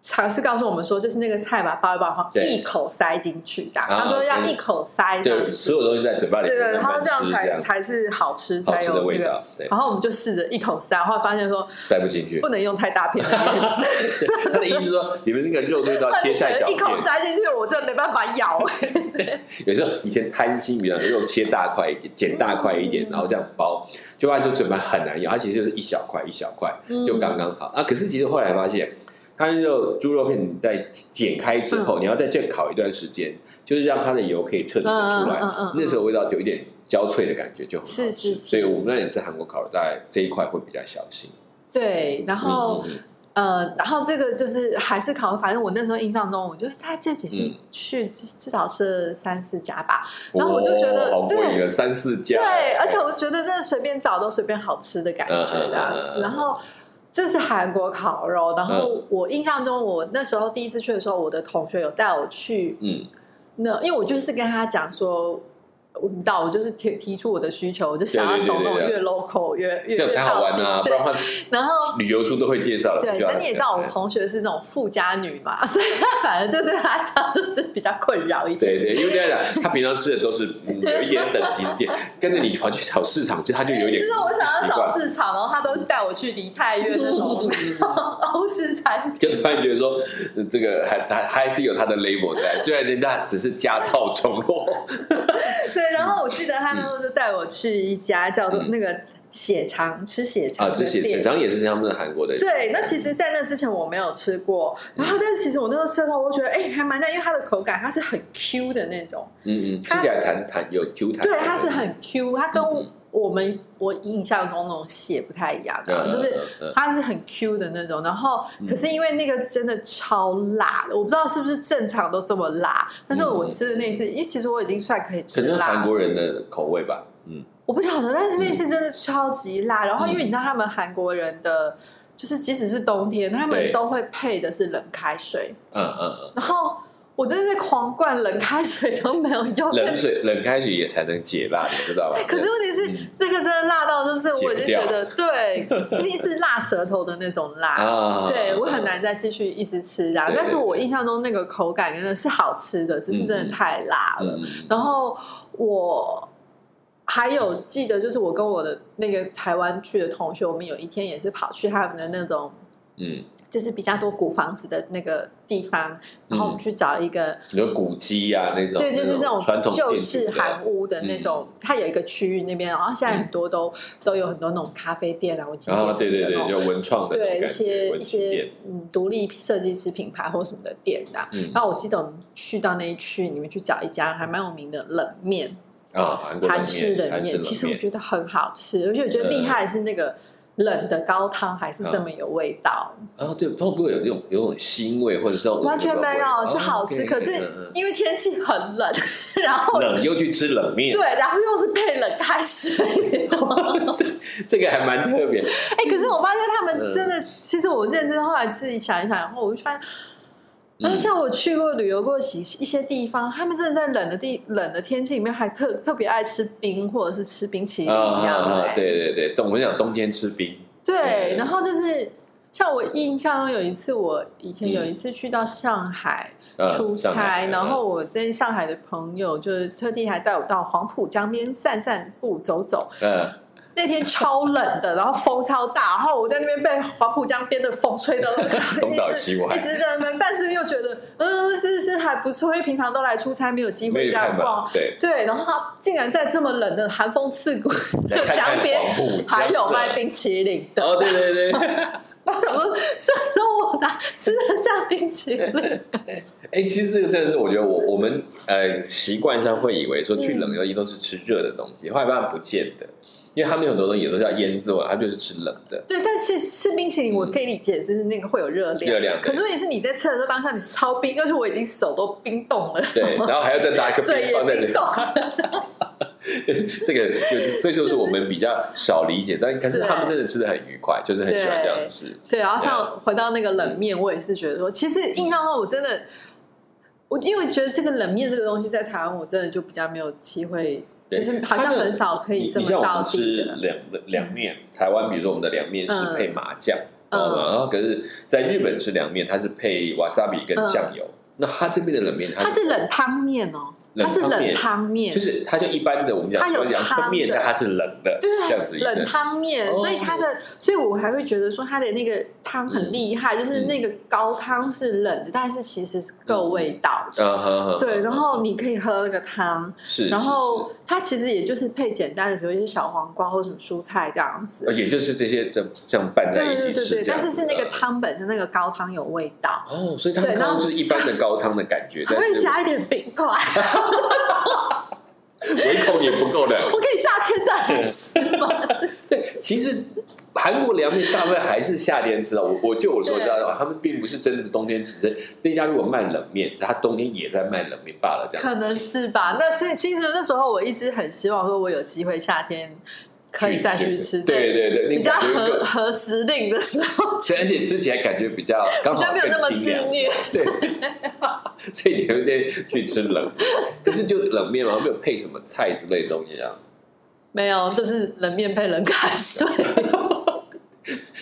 [SPEAKER 2] 尝试告诉我们说，就是那个菜吧，包一包，然后
[SPEAKER 1] 对
[SPEAKER 2] 一口塞进去的。
[SPEAKER 1] 啊
[SPEAKER 2] 他说要
[SPEAKER 1] 嗯
[SPEAKER 2] 一口塞这样
[SPEAKER 1] 对，
[SPEAKER 2] 子，
[SPEAKER 1] 所有东西在嘴巴里
[SPEAKER 2] 对对，
[SPEAKER 1] 面
[SPEAKER 2] 然后
[SPEAKER 1] 慢
[SPEAKER 2] 这
[SPEAKER 1] 慢
[SPEAKER 2] 样
[SPEAKER 1] 吃，这
[SPEAKER 2] 才
[SPEAKER 1] 样
[SPEAKER 2] 才是好吃，
[SPEAKER 1] 好
[SPEAKER 2] 才
[SPEAKER 1] 吃
[SPEAKER 2] 有
[SPEAKER 1] 的味
[SPEAKER 2] 那个
[SPEAKER 1] 道。，对，
[SPEAKER 2] 然后我们就试着一口塞，后来发现说
[SPEAKER 1] 塞不进去
[SPEAKER 2] 不。能用太大片的意思，
[SPEAKER 1] *laughs* 他的意思是说，你们那个肉都要切下来小
[SPEAKER 2] 一口
[SPEAKER 1] 片。
[SPEAKER 2] 塞进去，我真的没办法咬。 *laughs*
[SPEAKER 1] 有时候以前贪心，比较肉切大块一点，剪大块一点，然后这样包，就发现就嘴巴很难咬。它其实就是一小块一小块，
[SPEAKER 2] 嗯
[SPEAKER 1] 就刚刚好啊。可是其实后来发现，它那肉猪肉片你在剪开之
[SPEAKER 2] 嗯
[SPEAKER 1] 后，你要在这烤一段时间，就是让它的油可以彻底的出来。
[SPEAKER 2] 嗯嗯嗯嗯嗯
[SPEAKER 1] 那时候味道就有一点焦脆的感觉，就很好吃。
[SPEAKER 2] 是是是
[SPEAKER 1] 所以我们那里吃韩国烤肉，大概这一块会比较小心。
[SPEAKER 2] 对，然后、
[SPEAKER 1] 嗯嗯
[SPEAKER 2] 呃，然后这个就是还是烤，反正我那时候印象中，我觉得他这几次
[SPEAKER 1] 嗯
[SPEAKER 2] 去至至少吃了三四家吧，
[SPEAKER 1] 嗯
[SPEAKER 2] 然后我就觉得
[SPEAKER 1] 哦好贵
[SPEAKER 2] 对
[SPEAKER 1] 了，三四家。
[SPEAKER 2] 对，而且我觉得真的随便找都随便好吃的感觉
[SPEAKER 1] 嗯嗯嗯
[SPEAKER 2] 这样
[SPEAKER 1] 嗯嗯嗯
[SPEAKER 2] 子，然后。这是韩国烤肉，然后我印象中，我那时候第一次去的时候，我的同学有带我去
[SPEAKER 1] 嗯，
[SPEAKER 2] 那因为我就是跟他讲说，我你知道，我就是提提出我的需求，我就想要
[SPEAKER 1] 对对对
[SPEAKER 2] 走那种
[SPEAKER 1] 对对
[SPEAKER 2] 越 local 越越
[SPEAKER 1] 这样才好玩
[SPEAKER 2] 越
[SPEAKER 1] 啊！
[SPEAKER 2] 到
[SPEAKER 1] 不
[SPEAKER 2] 底
[SPEAKER 1] 然的话，
[SPEAKER 2] 对，然后。
[SPEAKER 1] 旅游书都会介绍了。不
[SPEAKER 2] 呃
[SPEAKER 1] 需，
[SPEAKER 2] 对啊
[SPEAKER 1] 要
[SPEAKER 2] 那你也知道，我同学是那种富家女嘛， *laughs* 所以她反而就对她来讲就是比较困扰一
[SPEAKER 1] 对
[SPEAKER 2] 点。
[SPEAKER 1] 对，因为这样讲，他平常吃的都是嗯有一点等级点，跟着你跑去小市场，就他就有一点
[SPEAKER 2] 就是我想要
[SPEAKER 1] 习
[SPEAKER 2] 找
[SPEAKER 1] 惯，
[SPEAKER 2] 市场，然后她都带我去梨泰院那 *laughs* 种欧式餐厅。
[SPEAKER 1] 就突然觉得说，呃这个还还还是有他的 label 在，虽然人家只是家道中落，
[SPEAKER 2] 对，嗯然后我记得他那时候就带我去一家叫做
[SPEAKER 1] 嗯
[SPEAKER 2] 那个血肠吃血肠
[SPEAKER 1] 啊，
[SPEAKER 2] 的
[SPEAKER 1] 这些
[SPEAKER 2] 店
[SPEAKER 1] 沈长也是他们韩国的，
[SPEAKER 2] 对，那其实，在那之前我没有吃过，然后但是其实我那时候吃的时候，我觉得哎、还蛮赞，因为它的口感它是很 Q 的那种，
[SPEAKER 1] 嗯嗯，吃
[SPEAKER 2] 它
[SPEAKER 1] 起来弹弹有 Q 弹，
[SPEAKER 2] 对，它是很 Q，它跟
[SPEAKER 1] 嗯
[SPEAKER 2] 我们我印象中那种血不太一样
[SPEAKER 1] 嗯，
[SPEAKER 2] 啊，
[SPEAKER 1] 嗯
[SPEAKER 2] 就是
[SPEAKER 1] 嗯嗯
[SPEAKER 2] 它是很 Q 的那种，然后可是因为那个真的超辣的，我不知道是不是正常都这么辣，但是我吃的那一次，因为其实我已经算可以
[SPEAKER 1] 嗯可
[SPEAKER 2] 吃
[SPEAKER 1] 能
[SPEAKER 2] 辣
[SPEAKER 1] 韩
[SPEAKER 2] 了，
[SPEAKER 1] 国人的口味吧，嗯，
[SPEAKER 2] 我不晓得，但是那次真的超级辣。然后因为你知道他们韩国人的，就是即使是冬天，他
[SPEAKER 1] 对
[SPEAKER 2] 们都会配的是冷开水。
[SPEAKER 1] 嗯嗯
[SPEAKER 2] 然后我真的是狂灌冷开水都没有用。
[SPEAKER 1] 嗯，冷水冷开水也才能解辣，你知道吧？
[SPEAKER 2] 可是问题
[SPEAKER 1] 嗯
[SPEAKER 2] 是，那个真的辣到，就是我已经
[SPEAKER 1] *laughs*
[SPEAKER 2] 觉得对，已经是辣舌头的那种辣。
[SPEAKER 1] 啊，
[SPEAKER 2] 对我很难再继续一直吃啊。
[SPEAKER 1] 对
[SPEAKER 2] 但是我印象中那个口感真的是好吃的，只是真的太辣了。
[SPEAKER 1] 嗯，嗯
[SPEAKER 2] 然后我还有记得，就是我跟我的那个台湾去的同学，我们有一天也是跑去他们的那种，
[SPEAKER 1] 嗯，
[SPEAKER 2] 就是比较多古房子的那个地方，然
[SPEAKER 1] 嗯
[SPEAKER 2] 后我们去找一个，
[SPEAKER 1] 比如古迹呀、那种，
[SPEAKER 2] 对，就是那
[SPEAKER 1] 种传统
[SPEAKER 2] 旧
[SPEAKER 1] 建
[SPEAKER 2] 式
[SPEAKER 1] 筑的
[SPEAKER 2] 韩屋的那种，它有一个区域那边，然后现在很多都、都有很多那种咖啡店啊，我记得
[SPEAKER 1] 啊，对对
[SPEAKER 2] 那
[SPEAKER 1] 对，
[SPEAKER 2] 种
[SPEAKER 1] 就文创的那
[SPEAKER 2] 对
[SPEAKER 1] 种
[SPEAKER 2] 一
[SPEAKER 1] 感觉
[SPEAKER 2] 些一
[SPEAKER 1] 文青
[SPEAKER 2] 些
[SPEAKER 1] 店
[SPEAKER 2] 嗯独立设计师品牌或什么的店的、
[SPEAKER 1] 嗯
[SPEAKER 2] 然后我记得我们去到那一区里面去找一家还蛮有名的冷面，
[SPEAKER 1] 啊，韩国
[SPEAKER 2] 韩式
[SPEAKER 1] 冷面，
[SPEAKER 2] 冷
[SPEAKER 1] 韩式
[SPEAKER 2] 面，
[SPEAKER 1] 冷
[SPEAKER 2] 其实我
[SPEAKER 1] 面，
[SPEAKER 2] 觉得很好吃，而且我觉得厉害的是那个冷的高汤还是这么有味道，
[SPEAKER 1] 啊，对，会不会有那种有种腥味，或者是那种
[SPEAKER 2] 完全没有，
[SPEAKER 1] 哦
[SPEAKER 2] 是好吃。
[SPEAKER 1] OK，
[SPEAKER 2] 可是
[SPEAKER 1] 嗯
[SPEAKER 2] 因为天气很冷，然后
[SPEAKER 1] 嗯冷又去吃冷面
[SPEAKER 2] 对，，然后又是配冷开水。
[SPEAKER 1] 这个还蛮特别。
[SPEAKER 2] *laughs* 哎、可是我发现他
[SPEAKER 1] 嗯
[SPEAKER 2] 们真的，其实我认真后来自己想一想，然后我就发现。
[SPEAKER 1] 嗯
[SPEAKER 2] 然后像我去过旅游过一一些地方，他们真的在冷的地、冷的天气里面，还特特别爱吃冰，或者是吃冰淇淋
[SPEAKER 1] 啊啊
[SPEAKER 2] 一样的、
[SPEAKER 1] 啊！对对对，冬我们讲冬天吃冰，
[SPEAKER 2] 对
[SPEAKER 1] 对，
[SPEAKER 2] 然后就是像我印象中有一次，我以前有一次去到上海
[SPEAKER 1] 嗯
[SPEAKER 2] 出
[SPEAKER 1] 上海
[SPEAKER 2] 差，
[SPEAKER 1] 嗯
[SPEAKER 2] 然后我在上海的朋友就是特地还带我到黄浦江边散散步走走，
[SPEAKER 1] 嗯，
[SPEAKER 2] 那天超冷的，然后风超大，然后我在那边被黄浦江边的风吹的
[SPEAKER 1] *laughs* 东倒西歪
[SPEAKER 2] 一直在那边，但是又觉得嗯是是还不错，因为平常都来出差，没有机
[SPEAKER 1] 没
[SPEAKER 2] 会
[SPEAKER 1] 有
[SPEAKER 2] 这样
[SPEAKER 1] 看
[SPEAKER 2] 逛
[SPEAKER 1] 吧，？对，
[SPEAKER 2] 对，然后他竟然在这么冷的寒风刺骨的
[SPEAKER 1] 来看看
[SPEAKER 2] 江边
[SPEAKER 1] 黄浦，江
[SPEAKER 2] 还有
[SPEAKER 1] 对
[SPEAKER 2] 卖冰淇淋的。
[SPEAKER 1] 哦，对
[SPEAKER 2] *laughs*
[SPEAKER 1] 对对，
[SPEAKER 2] 我想说，这时候我才吃得下冰淇
[SPEAKER 1] *laughs*
[SPEAKER 2] 淋。
[SPEAKER 1] 哎、其实这个真的是，我觉得我我们呃习惯上会以为说去冷
[SPEAKER 2] 嗯
[SPEAKER 1] 的一都是吃热的东西，后来发现不见的，因为他们有很多东西也都是要腌制完，它就是吃冷的。
[SPEAKER 2] 对，但是吃冰淇淋我可以理解，就是那个会有热量。
[SPEAKER 1] 热量对
[SPEAKER 2] 可是问题是你在吃的时候，当下你是超冰，而且我已经手都冰冻了，
[SPEAKER 1] 对，然后还要再
[SPEAKER 2] *laughs*
[SPEAKER 1] 搭一个
[SPEAKER 2] 嘴
[SPEAKER 1] 冰
[SPEAKER 2] 也
[SPEAKER 1] 棒在这
[SPEAKER 2] 冰
[SPEAKER 1] 里
[SPEAKER 2] 冻，，
[SPEAKER 1] *laughs* 这个就是，所以就是我们比较少理解，但可是他们真的吃的很愉快，就是很喜欢这样吃。
[SPEAKER 2] 对，然后
[SPEAKER 1] 嗯
[SPEAKER 2] 像回到那个冷面，我也是觉得说，其实硬要话，我真的，我因为觉得这个冷面这个东西在台湾，我真的就比较没有机会，
[SPEAKER 1] 对
[SPEAKER 2] 就是好
[SPEAKER 1] 它
[SPEAKER 2] 像
[SPEAKER 1] 的
[SPEAKER 2] 很少可以
[SPEAKER 1] 你
[SPEAKER 2] 这
[SPEAKER 1] 你
[SPEAKER 2] 么
[SPEAKER 1] 像我
[SPEAKER 2] 到
[SPEAKER 1] 们吃
[SPEAKER 2] 地的。
[SPEAKER 1] 凉凉面，台湾比如说我们的凉面是配麻酱，知
[SPEAKER 2] 嗯
[SPEAKER 1] 道吗？然后可是在日本吃凉面，它是配 wasabi 跟酱油。那它这边的冷面，
[SPEAKER 2] 嗯它是冷汤面哦，它是冷汤面，
[SPEAKER 1] 就是它就一般的我们讲
[SPEAKER 2] 它有
[SPEAKER 1] 说阳
[SPEAKER 2] 汤
[SPEAKER 1] 春面，
[SPEAKER 2] 的
[SPEAKER 1] 但它是冷的，这样子
[SPEAKER 2] 对啊
[SPEAKER 1] 一阵
[SPEAKER 2] 冷汤面，
[SPEAKER 1] 哦
[SPEAKER 2] 所以它的，所以我还会觉得说它的那个汤
[SPEAKER 1] 嗯
[SPEAKER 2] 很厉害，就是那个高汤是冷的，但是其实是
[SPEAKER 1] 嗯
[SPEAKER 2] 够味道的。
[SPEAKER 1] 啊哈哈，
[SPEAKER 2] 对，然后你可以喝那个汤，
[SPEAKER 1] 是，
[SPEAKER 2] 然
[SPEAKER 1] 是
[SPEAKER 2] 后它其实也就是配简单的，比如一些小黄瓜或什么蔬菜这样
[SPEAKER 1] 是呃
[SPEAKER 2] 子。
[SPEAKER 1] 也就是这些这这样拌在
[SPEAKER 2] 对
[SPEAKER 1] 一起
[SPEAKER 2] 对对
[SPEAKER 1] 吃
[SPEAKER 2] 对，，
[SPEAKER 1] 这样
[SPEAKER 2] 但
[SPEAKER 1] 子
[SPEAKER 2] 是是那个
[SPEAKER 1] 啊
[SPEAKER 2] 汤本身那个高汤有味道，
[SPEAKER 1] 哦，所以它
[SPEAKER 2] 对然
[SPEAKER 1] 汤
[SPEAKER 2] 后
[SPEAKER 1] 是一般的高汤的感觉，
[SPEAKER 2] 还
[SPEAKER 1] 但
[SPEAKER 2] *laughs* 会
[SPEAKER 1] 是
[SPEAKER 2] 加一点冰块，
[SPEAKER 1] 胃口也不够的。 *laughs*
[SPEAKER 2] 我可以夏天再来吃吗？
[SPEAKER 1] 对，其实韩国凉面大部分还是夏天吃啊。我我就我所知道哦
[SPEAKER 2] 对，
[SPEAKER 1] 他们并不是真的冬天吃，只是那家如果卖冷面，他冬天也在卖冷面罢了，这样。
[SPEAKER 2] *laughs* 可能是吧。那是其实那时候我一直很希望说，我有机会夏天可以再去吃，
[SPEAKER 1] 对对对，
[SPEAKER 2] 比
[SPEAKER 1] 你
[SPEAKER 2] 较
[SPEAKER 1] 感觉一
[SPEAKER 2] 合
[SPEAKER 1] 个
[SPEAKER 2] 合时令的时候，
[SPEAKER 1] 而且吃起来感觉比较刚
[SPEAKER 2] 比
[SPEAKER 1] 好
[SPEAKER 2] 较没有那么
[SPEAKER 1] 更
[SPEAKER 2] 自
[SPEAKER 1] 清凉
[SPEAKER 2] 虐。
[SPEAKER 1] 对， *laughs* 所以你有一天去吃冷面，可是就冷面嘛，没有配什么菜之类的东西啊。
[SPEAKER 2] 没有，就是冷面配冷开水，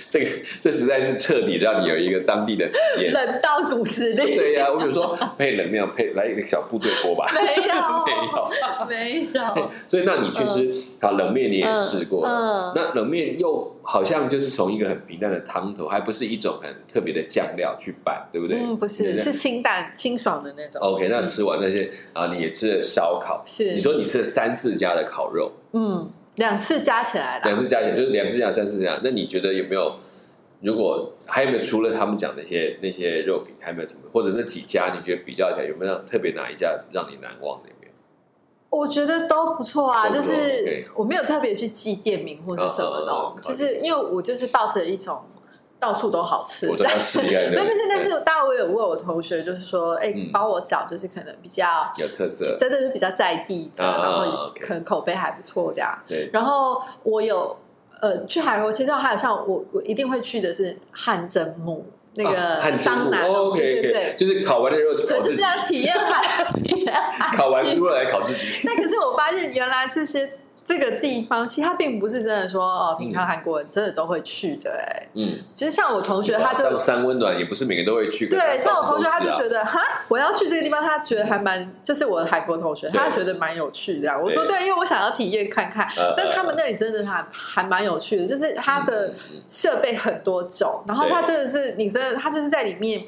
[SPEAKER 1] 这个这实在是彻底让你有一个当地的体验。
[SPEAKER 2] 冷到骨子
[SPEAKER 1] *laughs*
[SPEAKER 2] 里。
[SPEAKER 1] 对
[SPEAKER 2] *laughs*
[SPEAKER 1] 呀、我比如说配冷面，配来一个小部队锅吧。
[SPEAKER 2] 没有，
[SPEAKER 1] *laughs* 没有，
[SPEAKER 2] 没有，
[SPEAKER 1] 所以那你其实好冷面你也试过
[SPEAKER 2] 嗯嗯
[SPEAKER 1] 了，那冷面又好像就是从一个很平淡的汤头，还不是一种很特别的酱料去拌，对不对？
[SPEAKER 2] 嗯，不
[SPEAKER 1] 对
[SPEAKER 2] 是，
[SPEAKER 1] 对哦
[SPEAKER 2] 是清淡清爽的那种。
[SPEAKER 1] OK，那吃完那些啊，你也吃了烧烤，
[SPEAKER 2] 是
[SPEAKER 1] 你说你吃了三四家的烤肉，
[SPEAKER 2] 嗯，两次加起来
[SPEAKER 1] 两
[SPEAKER 2] 啦，
[SPEAKER 1] 只加起来就是两只加三只加，那你觉得有没有？如果还有没有除了他们讲那些那些肉品，还有没有什么，或者那几家你觉得比较起来有没有让特别哪一家让你难忘的？有没有？
[SPEAKER 2] 我觉得都不错啊。
[SPEAKER 1] 都
[SPEAKER 2] 就
[SPEAKER 1] 不错
[SPEAKER 2] 是
[SPEAKER 1] OK
[SPEAKER 2] 我没有特别去记店名或是什么的
[SPEAKER 1] 嗯嗯，
[SPEAKER 2] 哦
[SPEAKER 1] 嗯
[SPEAKER 2] 就是因为我就是抱持了一种到处都好吃
[SPEAKER 1] 我，都要试一下。对不对
[SPEAKER 2] 但是但是，当然我有问我同学，就是说，哎、
[SPEAKER 1] 嗯
[SPEAKER 2] 帮我找，就是可能比较
[SPEAKER 1] 有特色，
[SPEAKER 2] 真的是比较在地的，
[SPEAKER 1] 啊
[SPEAKER 2] 然后
[SPEAKER 1] OK
[SPEAKER 2] 可能口碑还不错这样。
[SPEAKER 1] 对，
[SPEAKER 2] 然后我有呃去韩国，其实还有像我我一定会去的是汗蒸木那
[SPEAKER 1] 啊
[SPEAKER 2] 个
[SPEAKER 1] 汗蒸
[SPEAKER 2] 桑
[SPEAKER 1] 木
[SPEAKER 2] 拿农，
[SPEAKER 1] ，OK
[SPEAKER 2] 对对
[SPEAKER 1] OK，
[SPEAKER 2] 对，
[SPEAKER 1] 就是烤完的肉就
[SPEAKER 2] 对
[SPEAKER 1] 烤自
[SPEAKER 2] 就是
[SPEAKER 1] 己，
[SPEAKER 2] 要体验汗体验
[SPEAKER 1] *laughs*
[SPEAKER 2] 汗
[SPEAKER 1] 烤完
[SPEAKER 2] 气
[SPEAKER 1] 猪肉来烤自己。
[SPEAKER 2] 那可是我发现，原来这些这个地方，其实它并不是真的说哦，平常韩国人真的都会去的、哎、
[SPEAKER 1] 嗯，
[SPEAKER 2] 其实像我同学，他就
[SPEAKER 1] 上山温暖也不是每个人都会去，可
[SPEAKER 2] 对，
[SPEAKER 1] 是
[SPEAKER 2] 像我
[SPEAKER 1] 到处
[SPEAKER 2] 同学
[SPEAKER 1] 都
[SPEAKER 2] 他就是
[SPEAKER 1] 啊
[SPEAKER 2] 觉得哈，我要去这个地方，他觉得还蛮，就是我的韩国同学，
[SPEAKER 1] 对
[SPEAKER 2] 他觉得蛮有趣的啊。我说
[SPEAKER 1] 对
[SPEAKER 2] 对，因为我想要体验看看
[SPEAKER 1] 呃。嗯
[SPEAKER 2] 但他们那里真的还还蛮有趣的，就是它的设备很多种，然后它真的是你真的，它就是在里面。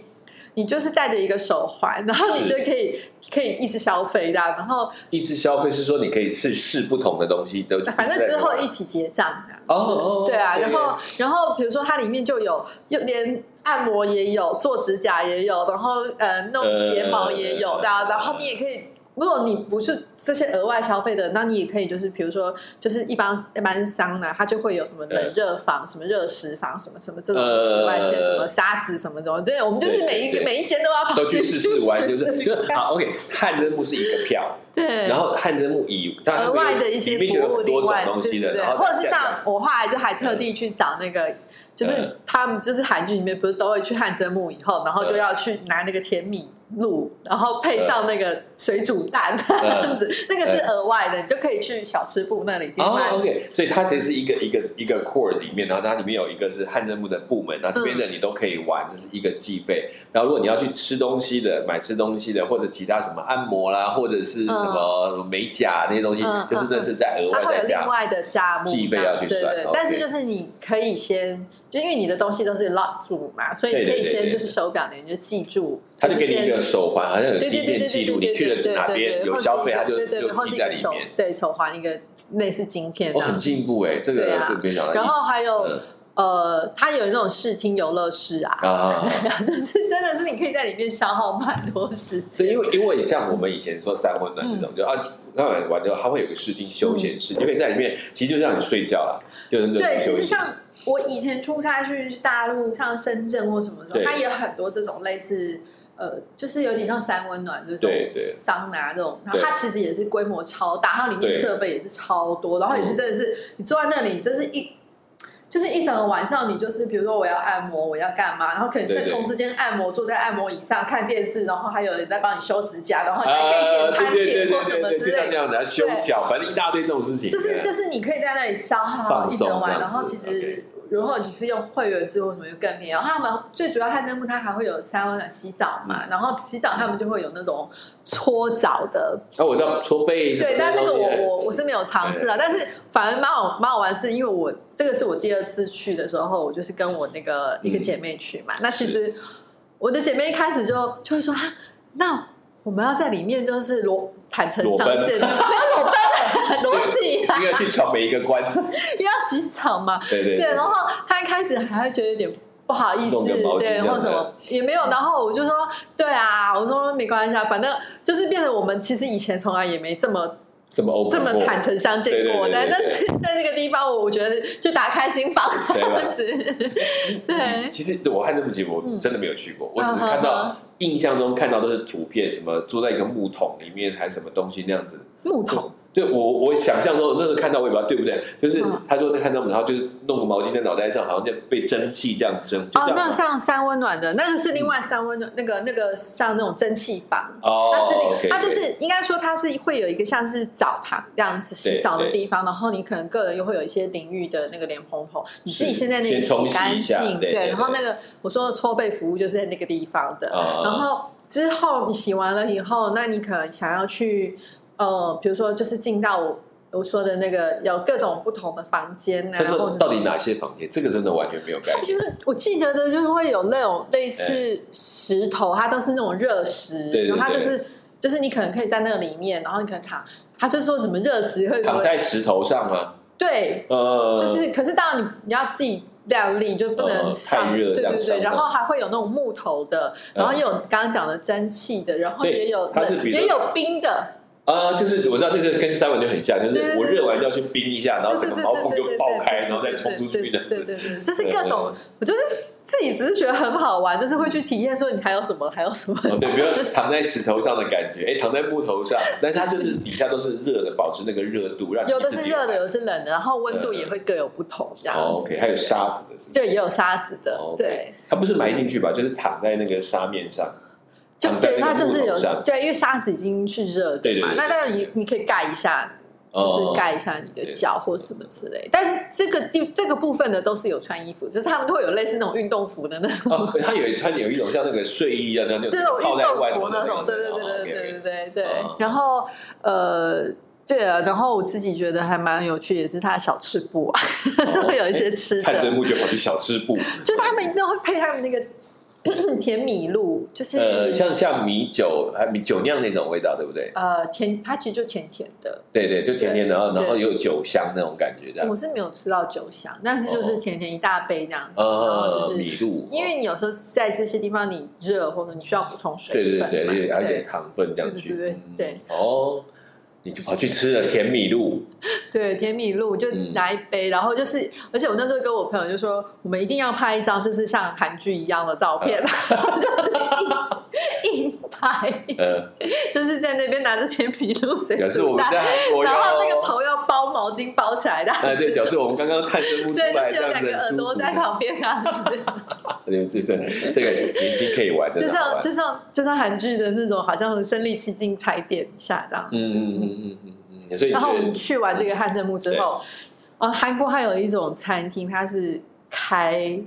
[SPEAKER 2] 你就是戴着一个手环，然后
[SPEAKER 1] 是
[SPEAKER 2] 你就可以可以一直消费的啊，然后
[SPEAKER 1] 一次消费是说你可以去试不同的东西，都
[SPEAKER 2] 反正之后一起结账的。
[SPEAKER 1] 哦哦，哦
[SPEAKER 2] 对啊，然后
[SPEAKER 1] 对
[SPEAKER 2] 然后比如说它里面就有，又连按摩也有，做指甲也有，然后呃弄
[SPEAKER 1] 呃
[SPEAKER 2] 睫毛也有，
[SPEAKER 1] 呃
[SPEAKER 2] 然后然后你也可以。如果你不是这些额外消费的，那你也可以就是，比如说，就是一般一般桑拿，它就会有什么冷
[SPEAKER 1] 呃
[SPEAKER 2] 热房、什么热食房、什么什么这种
[SPEAKER 1] 呃
[SPEAKER 2] 紫外线、什么沙子什么的，对，我们就是
[SPEAKER 1] 对
[SPEAKER 2] 每一个
[SPEAKER 1] 对
[SPEAKER 2] 每一间都要跑
[SPEAKER 1] 都去试试玩，就是
[SPEAKER 2] 试试
[SPEAKER 1] 就是 *laughs*
[SPEAKER 2] 看
[SPEAKER 1] 好 OK。汗蒸木是一个票，
[SPEAKER 2] 对，
[SPEAKER 1] 然后汗蒸木以当然
[SPEAKER 2] 额外的一些
[SPEAKER 1] 里面
[SPEAKER 2] 服
[SPEAKER 1] 就有
[SPEAKER 2] 务，
[SPEAKER 1] 很多
[SPEAKER 2] 另
[SPEAKER 1] 种
[SPEAKER 2] 外
[SPEAKER 1] 东西的，
[SPEAKER 2] 对对
[SPEAKER 1] 然
[SPEAKER 2] 对，
[SPEAKER 1] 后
[SPEAKER 2] 或者是
[SPEAKER 1] 再加
[SPEAKER 2] 像我后来就还特地去找那个，就是
[SPEAKER 1] 嗯
[SPEAKER 2] 他们就是韩剧里
[SPEAKER 1] 嗯
[SPEAKER 2] 面不是都会去汗蒸木以后，然后就要去拿那个甜米露，然后配上那个水煮蛋 *laughs* 这样子，那个是额外的，你就可以去小吃部那里另
[SPEAKER 1] 哦
[SPEAKER 2] 外。
[SPEAKER 1] ，OK，所以它其实是一个一个一个 core 里面，然后它里面有一个是汉政部的部门，那这边的你都可以玩，这是一个计费。然后如果你要去吃东西的、买吃东西的，或者其他什么按摩啦，或者是什么美甲那些东西
[SPEAKER 2] 嗯，
[SPEAKER 1] 就是那是在额
[SPEAKER 2] 它
[SPEAKER 1] 外
[SPEAKER 2] 会有
[SPEAKER 1] 再加
[SPEAKER 2] 另。外的价目，
[SPEAKER 1] 计费要去
[SPEAKER 2] 对
[SPEAKER 1] 算
[SPEAKER 2] 对对
[SPEAKER 1] OK
[SPEAKER 2] 但是就是你可以先，就因为你的东西都是 lock 住嘛，所以你
[SPEAKER 1] 对对
[SPEAKER 2] 可以
[SPEAKER 1] 对
[SPEAKER 2] 先
[SPEAKER 1] 对
[SPEAKER 2] 就是手感的，你就记住，
[SPEAKER 1] 他就给
[SPEAKER 2] 是
[SPEAKER 1] 你一
[SPEAKER 2] 先
[SPEAKER 1] 个手环，好像有
[SPEAKER 2] 对
[SPEAKER 1] 纪
[SPEAKER 2] 对对
[SPEAKER 1] 念
[SPEAKER 2] 对
[SPEAKER 1] 记
[SPEAKER 2] 对
[SPEAKER 1] 录，
[SPEAKER 2] 对
[SPEAKER 1] 你去
[SPEAKER 2] 对
[SPEAKER 1] 了
[SPEAKER 2] 对
[SPEAKER 1] 哪边
[SPEAKER 2] 对
[SPEAKER 1] 有
[SPEAKER 2] 或者
[SPEAKER 1] 消费，
[SPEAKER 2] 一个
[SPEAKER 1] 他就
[SPEAKER 2] 对对对，
[SPEAKER 1] 就
[SPEAKER 2] 或是
[SPEAKER 1] 记
[SPEAKER 2] 一
[SPEAKER 1] 在
[SPEAKER 2] 个
[SPEAKER 1] 里
[SPEAKER 2] 手
[SPEAKER 1] 面。
[SPEAKER 2] 对手环一个类似晶片
[SPEAKER 1] 哦，
[SPEAKER 2] 这样
[SPEAKER 1] 很
[SPEAKER 2] 子。
[SPEAKER 1] 进步哎，这
[SPEAKER 2] 对
[SPEAKER 1] 个
[SPEAKER 2] 啊
[SPEAKER 1] 这个没想到。
[SPEAKER 2] 然后还有
[SPEAKER 1] 嗯
[SPEAKER 2] 呃，它有那种视听游乐室啊， *laughs*
[SPEAKER 1] 啊啊，啊
[SPEAKER 2] 就是真的是你可以在里面消耗蛮多时间。
[SPEAKER 1] 所以因为因为像我们以前说三温暖那种，
[SPEAKER 2] 嗯
[SPEAKER 1] 就啊，那晚玩之后，它会有个视听休闲室，你就可以在里面，其实就像你睡觉啦，就是那种
[SPEAKER 2] 对，其
[SPEAKER 1] 休
[SPEAKER 2] 实
[SPEAKER 1] 息。
[SPEAKER 2] 像我以前出差去大陆，像深圳或什么时候，
[SPEAKER 1] 对
[SPEAKER 2] 它也有很多这种类似。呃，就是有点像三温暖这种
[SPEAKER 1] 对对
[SPEAKER 2] 桑拿这种，然后
[SPEAKER 1] 对
[SPEAKER 2] 它其实也是规模超大，然后里面
[SPEAKER 1] 对嗯
[SPEAKER 2] 设备也是超多，然后也是真的是、你坐在那里，你就是一就是一整个晚上，你就是比如说我要按摩，我要干嘛，然后可能
[SPEAKER 1] 对
[SPEAKER 2] 在
[SPEAKER 1] 对
[SPEAKER 2] 同时间按摩，坐在按摩椅上看电视，然后还有人在帮你修指甲，然后你还可以
[SPEAKER 1] 啊，
[SPEAKER 2] 点餐
[SPEAKER 1] 对对对
[SPEAKER 2] 点或什
[SPEAKER 1] 对
[SPEAKER 2] 么
[SPEAKER 1] 对，
[SPEAKER 2] 之
[SPEAKER 1] 就像
[SPEAKER 2] 类的
[SPEAKER 1] 这。样子，还修脚，反正一大堆这种事情。
[SPEAKER 2] 就是
[SPEAKER 1] 对啊
[SPEAKER 2] 就是你可以在那里消耗
[SPEAKER 1] 放
[SPEAKER 2] 一
[SPEAKER 1] 松
[SPEAKER 2] 整晚，
[SPEAKER 1] 这样子
[SPEAKER 2] 然后其实
[SPEAKER 1] OK
[SPEAKER 2] 如果你是用会员制或什么就更便宜。然后他们最主要汉登部它还会有三温暖洗澡
[SPEAKER 1] 嗯
[SPEAKER 2] 嘛，然后洗澡他们就会有那种搓澡的，
[SPEAKER 1] 啊，我知道搓背什么
[SPEAKER 2] 对
[SPEAKER 1] 的，，
[SPEAKER 2] 但那个我
[SPEAKER 1] 对
[SPEAKER 2] 我我是没有尝试啊，但是反而蛮好蛮好玩，是因为我这个是我第二次去的时候，我就是跟我那个
[SPEAKER 1] 嗯
[SPEAKER 2] 一个姐妹去嘛，那其实我的姐妹一开始就就会说啊，那。我们要在里面就是裸坦诚
[SPEAKER 1] 裸
[SPEAKER 2] 相
[SPEAKER 1] 奔 *laughs*
[SPEAKER 2] 见，没有裸奔，裸 *laughs* 体啊，
[SPEAKER 1] 应该去闯每一个关。 *laughs*
[SPEAKER 2] *laughs* 也要洗澡嘛。
[SPEAKER 1] 对对
[SPEAKER 2] 对，然后他一开始还会觉得有点不好意思
[SPEAKER 1] 弄个毛，巾
[SPEAKER 2] 对，
[SPEAKER 1] 这样
[SPEAKER 2] 或什么也没有。然后我就说，对啊，我说没关系啊，反正就是变成我们其实以前从来也没这么
[SPEAKER 1] 这么 open
[SPEAKER 2] 这么坦诚相见过，
[SPEAKER 1] 对对对
[SPEAKER 2] 但
[SPEAKER 1] 对
[SPEAKER 2] 但是 *laughs* 在这个地方，我我觉得就打开心房这
[SPEAKER 1] 对吧
[SPEAKER 2] 样子， *laughs* 对。
[SPEAKER 1] 其实我看这部节目我真的没有去过，我只是看
[SPEAKER 2] 嗯嗯哼
[SPEAKER 1] 到印象中看到都是图片，什么坐在一个木桶里面还是什么东西那样子。
[SPEAKER 2] 木桶，
[SPEAKER 1] 对我我想象中那时候看到我也不知道对不对，就是
[SPEAKER 2] 嗯
[SPEAKER 1] 他说那看到我们，然后就是弄个毛巾在脑袋上，好像在被蒸汽这样蒸，就
[SPEAKER 2] 哦
[SPEAKER 1] 这，
[SPEAKER 2] 那
[SPEAKER 1] 样。嗯
[SPEAKER 2] 像三温暖的那个是另外三温暖，那个那个像那种蒸汽房，
[SPEAKER 1] 哦
[SPEAKER 2] 它是
[SPEAKER 1] OK，
[SPEAKER 2] 它就是应该说它是会有一个像是澡堂这样子洗澡的地方，然后你可能个人又会有一些淋浴的那个莲蓬头，你自己先在那里
[SPEAKER 1] 先冲洗
[SPEAKER 2] 干
[SPEAKER 1] 一下
[SPEAKER 2] 净，
[SPEAKER 1] 对对对
[SPEAKER 2] 然后那个我说的搓背服务就是在那个地方的，
[SPEAKER 1] 啊
[SPEAKER 2] 然后之后你洗完了以后，那你可能想要去呃，比如说就是进到我我说的那个有各种不同的房间呐、
[SPEAKER 1] 他
[SPEAKER 2] 啊，或者
[SPEAKER 1] 说
[SPEAKER 2] 是
[SPEAKER 1] 到底哪些房间？这个真的完全没有概念。
[SPEAKER 2] 就是我记得的，就是会有那种类似石头，它都是那种热石，
[SPEAKER 1] 对对
[SPEAKER 2] 然后它
[SPEAKER 1] 对
[SPEAKER 2] 就是就是你可能可以在那个里面，然后你可能躺，它就说什么热石会什
[SPEAKER 1] 躺
[SPEAKER 2] 么，
[SPEAKER 1] 在石头上吗？
[SPEAKER 2] 对，
[SPEAKER 1] 呃，
[SPEAKER 2] 就是可是当然你你要自己量力，就不能
[SPEAKER 1] 呃
[SPEAKER 2] 上，
[SPEAKER 1] 太热
[SPEAKER 2] 对
[SPEAKER 1] 这样
[SPEAKER 2] 对
[SPEAKER 1] 上
[SPEAKER 2] 对，
[SPEAKER 1] 到嗯
[SPEAKER 2] 然后还会有那种木头的，然后也有刚刚讲的蒸汽的，然后
[SPEAKER 1] 对
[SPEAKER 2] 也有
[SPEAKER 1] 它是比如说
[SPEAKER 2] 也有冰的，
[SPEAKER 1] 啊，就是我知道那个跟三文就很像，就
[SPEAKER 2] 对
[SPEAKER 1] 是
[SPEAKER 2] 对对
[SPEAKER 1] 我热完要去冰一下，然后
[SPEAKER 2] 对
[SPEAKER 1] 整个
[SPEAKER 2] 对对
[SPEAKER 1] 毛孔
[SPEAKER 2] 对
[SPEAKER 1] 就
[SPEAKER 2] 对
[SPEAKER 1] 爆
[SPEAKER 2] 对
[SPEAKER 1] 开，
[SPEAKER 2] 对
[SPEAKER 1] 然后再冲出去
[SPEAKER 2] 对
[SPEAKER 1] 的。
[SPEAKER 2] 对对
[SPEAKER 1] *laughs*
[SPEAKER 2] 对，对就是各种，我就是自己只是觉得很好玩，就是会去体验说你还有什么，还有什么。
[SPEAKER 1] 哦，对，比如躺在石头上的感觉，哎，躺在木头上，但是它就是底下都是热的，保持那个热度，让你
[SPEAKER 2] 有的
[SPEAKER 1] 一
[SPEAKER 2] 是
[SPEAKER 1] 直
[SPEAKER 2] 热的，
[SPEAKER 1] 流
[SPEAKER 2] 有的是冷的，然后温度也会各有不同，这样
[SPEAKER 1] 汗。
[SPEAKER 2] 子。
[SPEAKER 1] 哦，OK，还有沙子的是不是？
[SPEAKER 2] 对，也有沙子的，
[SPEAKER 1] 哦，OK
[SPEAKER 2] 呃对，，
[SPEAKER 1] 它不是埋进去吧？就是躺在那个沙面上，
[SPEAKER 2] 就
[SPEAKER 1] 躺在
[SPEAKER 2] 对，
[SPEAKER 1] 那
[SPEAKER 2] 它
[SPEAKER 1] 个
[SPEAKER 2] 就
[SPEAKER 1] 木
[SPEAKER 2] 是有
[SPEAKER 1] 桶上，
[SPEAKER 2] 对，因为沙子已经是热的嘛，
[SPEAKER 1] 对对对对
[SPEAKER 2] 那当然你你可以盖一下，就
[SPEAKER 1] 哦
[SPEAKER 2] 是盖一下你的
[SPEAKER 1] 对
[SPEAKER 2] 脚或什么之类。但是这个地这个部分的都是有穿衣服，就是他们都会有类似那种运动服的那种。
[SPEAKER 1] 哦，它有一穿有一种像那个睡衣一样，那种
[SPEAKER 2] 就是我
[SPEAKER 1] 套
[SPEAKER 2] 运
[SPEAKER 1] 在
[SPEAKER 2] 动
[SPEAKER 1] 外
[SPEAKER 2] 服
[SPEAKER 1] 头的
[SPEAKER 2] 那种，对对对
[SPEAKER 1] 哦
[SPEAKER 2] 对
[SPEAKER 1] ，OK，OK
[SPEAKER 2] 对对对对
[SPEAKER 1] 嗯。
[SPEAKER 2] 然后呃，对啊，然后我自己觉得还蛮有趣，也是它的小吃部啊， *laughs* 就会有一些吃
[SPEAKER 1] 哦哎看
[SPEAKER 2] 的
[SPEAKER 1] 真，木就跑去小吃部，
[SPEAKER 2] 就他们一定会配他们那个 *coughs* 甜米露，就是
[SPEAKER 1] 呃，像像米酒还米酒酿那种味道，对不对？
[SPEAKER 2] 呃甜，它其实就甜甜的。
[SPEAKER 1] 对对，就甜甜的，然后
[SPEAKER 2] 对嗯
[SPEAKER 1] 然后有酒香那种感觉，这样
[SPEAKER 2] 我。是没有吃到酒香，但是就是
[SPEAKER 1] 哦
[SPEAKER 2] 甜甜一大杯那样子，然后
[SPEAKER 1] 呃，
[SPEAKER 2] 就是
[SPEAKER 1] 米露，
[SPEAKER 2] 因为你有时候在这些地方你热或者你需要补充水
[SPEAKER 1] 对对
[SPEAKER 2] 分嘛，
[SPEAKER 1] 对，对而且糖分这样去，
[SPEAKER 2] 对对对对
[SPEAKER 1] 嗯哦，你就跑去吃了甜米露，
[SPEAKER 2] 对，甜米露就拿一
[SPEAKER 1] 嗯
[SPEAKER 2] 杯，然后就是，而且我那时候跟我朋友就说，我们一定要拍一张就是像韩剧一样的照片，
[SPEAKER 1] 啊
[SPEAKER 2] *laughs* 然后就是硬硬拍， *laughs*
[SPEAKER 1] 呃，
[SPEAKER 2] 就是在那边拿着甜米露水
[SPEAKER 1] 表示我
[SPEAKER 2] 煮
[SPEAKER 1] 们
[SPEAKER 2] 蛋，
[SPEAKER 1] 在韩国
[SPEAKER 2] 然后那个
[SPEAKER 1] 哟，
[SPEAKER 2] 头要包毛巾包起来
[SPEAKER 1] *laughs*
[SPEAKER 2] 的，
[SPEAKER 1] 哎，对，表示我们刚刚探针不出
[SPEAKER 2] 对，
[SPEAKER 1] 来，
[SPEAKER 2] 就
[SPEAKER 1] 这
[SPEAKER 2] 是有
[SPEAKER 1] 样
[SPEAKER 2] 两
[SPEAKER 1] 子
[SPEAKER 2] 个耳
[SPEAKER 1] 很舒
[SPEAKER 2] 朵
[SPEAKER 1] 服 *laughs*
[SPEAKER 2] 在。旁边这样子。
[SPEAKER 1] 对，这是这个年轻可以玩的，
[SPEAKER 2] 就
[SPEAKER 1] 好
[SPEAKER 2] 像
[SPEAKER 1] 玩
[SPEAKER 2] 就像就像韩剧的那种，好像身临其境踩点一下这样子。
[SPEAKER 1] 嗯嗯嗯嗯嗯嗯，所以你
[SPEAKER 2] 然后我
[SPEAKER 1] 觉
[SPEAKER 2] 们
[SPEAKER 1] 得
[SPEAKER 2] 去完这个汗蒸木之后，呃，韩国还有一种餐厅，它是开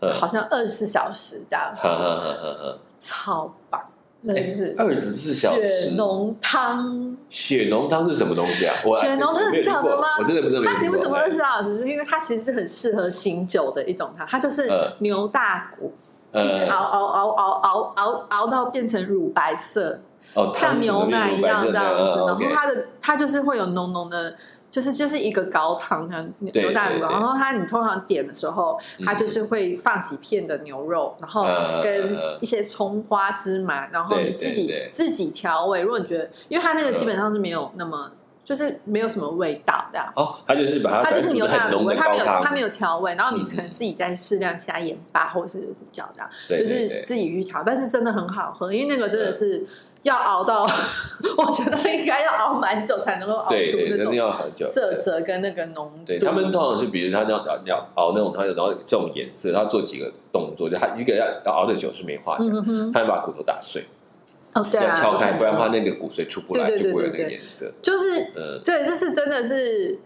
[SPEAKER 1] 嗯
[SPEAKER 2] 好像二十四小时这样，
[SPEAKER 1] 哈哈哈哈哈，
[SPEAKER 2] 超棒，那个是
[SPEAKER 1] 哎二十四小
[SPEAKER 2] 血
[SPEAKER 1] 时
[SPEAKER 2] 浓汤。
[SPEAKER 1] 血浓汤是什么东西啊？我
[SPEAKER 2] 血浓汤
[SPEAKER 1] 我没有听
[SPEAKER 2] 你不
[SPEAKER 1] 过
[SPEAKER 2] 晓得吗
[SPEAKER 1] 我真的不知道没有
[SPEAKER 2] 它其
[SPEAKER 1] 听
[SPEAKER 2] 实
[SPEAKER 1] 过。哎
[SPEAKER 2] 为什么二十四小时？是因为它其实是很适合醒酒的一种汤，它就是
[SPEAKER 1] 嗯
[SPEAKER 2] 牛大骨，一直
[SPEAKER 1] 呃
[SPEAKER 2] 熬熬熬熬熬熬熬到变成乳白色，
[SPEAKER 1] 哦，
[SPEAKER 2] 像牛奶一样这样子，然后
[SPEAKER 1] 嗯，OK，
[SPEAKER 2] 它的它就是会有浓浓的，就是就是一个高汤这样牛
[SPEAKER 1] 对
[SPEAKER 2] 牛大
[SPEAKER 1] 对
[SPEAKER 2] 骨，
[SPEAKER 1] 对
[SPEAKER 2] 然后它你通常点的时候，
[SPEAKER 1] 嗯
[SPEAKER 2] 它就是会放几片的牛肉，然后
[SPEAKER 1] 嗯嗯
[SPEAKER 2] 跟
[SPEAKER 1] 嗯
[SPEAKER 2] 一些葱花、芝麻，然后你
[SPEAKER 1] 对对
[SPEAKER 2] 自己
[SPEAKER 1] 对
[SPEAKER 2] 自己调味。如果你觉得，因为它那个
[SPEAKER 1] 嗯
[SPEAKER 2] 基本上是没有那么，就是没有什么味道的啊。
[SPEAKER 1] 哦，它就是把
[SPEAKER 2] 它
[SPEAKER 1] 它
[SPEAKER 2] 就是牛
[SPEAKER 1] 很
[SPEAKER 2] 大
[SPEAKER 1] 浓
[SPEAKER 2] 骨味，
[SPEAKER 1] 的
[SPEAKER 2] 它没
[SPEAKER 1] 高
[SPEAKER 2] 有
[SPEAKER 1] 汤，
[SPEAKER 2] 它没有调味，然后你
[SPEAKER 1] 嗯
[SPEAKER 2] 可能自己再适量加盐巴或者是胡椒这样。
[SPEAKER 1] 对
[SPEAKER 2] 就
[SPEAKER 1] 对嗯
[SPEAKER 2] 是
[SPEAKER 1] 对
[SPEAKER 2] 自己去调，但是真的很好喝，因为那个真的是要熬到， *laughs* 我觉得应该要熬蛮久才能够熬
[SPEAKER 1] 对
[SPEAKER 2] 出
[SPEAKER 1] 对，
[SPEAKER 2] 哦那
[SPEAKER 1] 真的
[SPEAKER 2] 种
[SPEAKER 1] 要很久。
[SPEAKER 2] 色泽跟那个浓度。
[SPEAKER 1] 对他们通常是，比如他要要熬那种汤，然后这种颜色，他做几个动作，就他一个要要熬的久是没话讲，
[SPEAKER 2] 嗯哼，
[SPEAKER 1] 他要把骨头打碎，
[SPEAKER 2] 哦对
[SPEAKER 1] 要
[SPEAKER 2] 啊，
[SPEAKER 1] 敲开，
[SPEAKER 2] 我看
[SPEAKER 1] 不然的
[SPEAKER 2] 出
[SPEAKER 1] 话
[SPEAKER 2] 来
[SPEAKER 1] 那个骨髓出不来，
[SPEAKER 2] 对对对
[SPEAKER 1] 就不会有
[SPEAKER 2] 对
[SPEAKER 1] 那个
[SPEAKER 2] 对
[SPEAKER 1] 颜色。
[SPEAKER 2] 就是
[SPEAKER 1] 嗯
[SPEAKER 2] 对，这是真的是。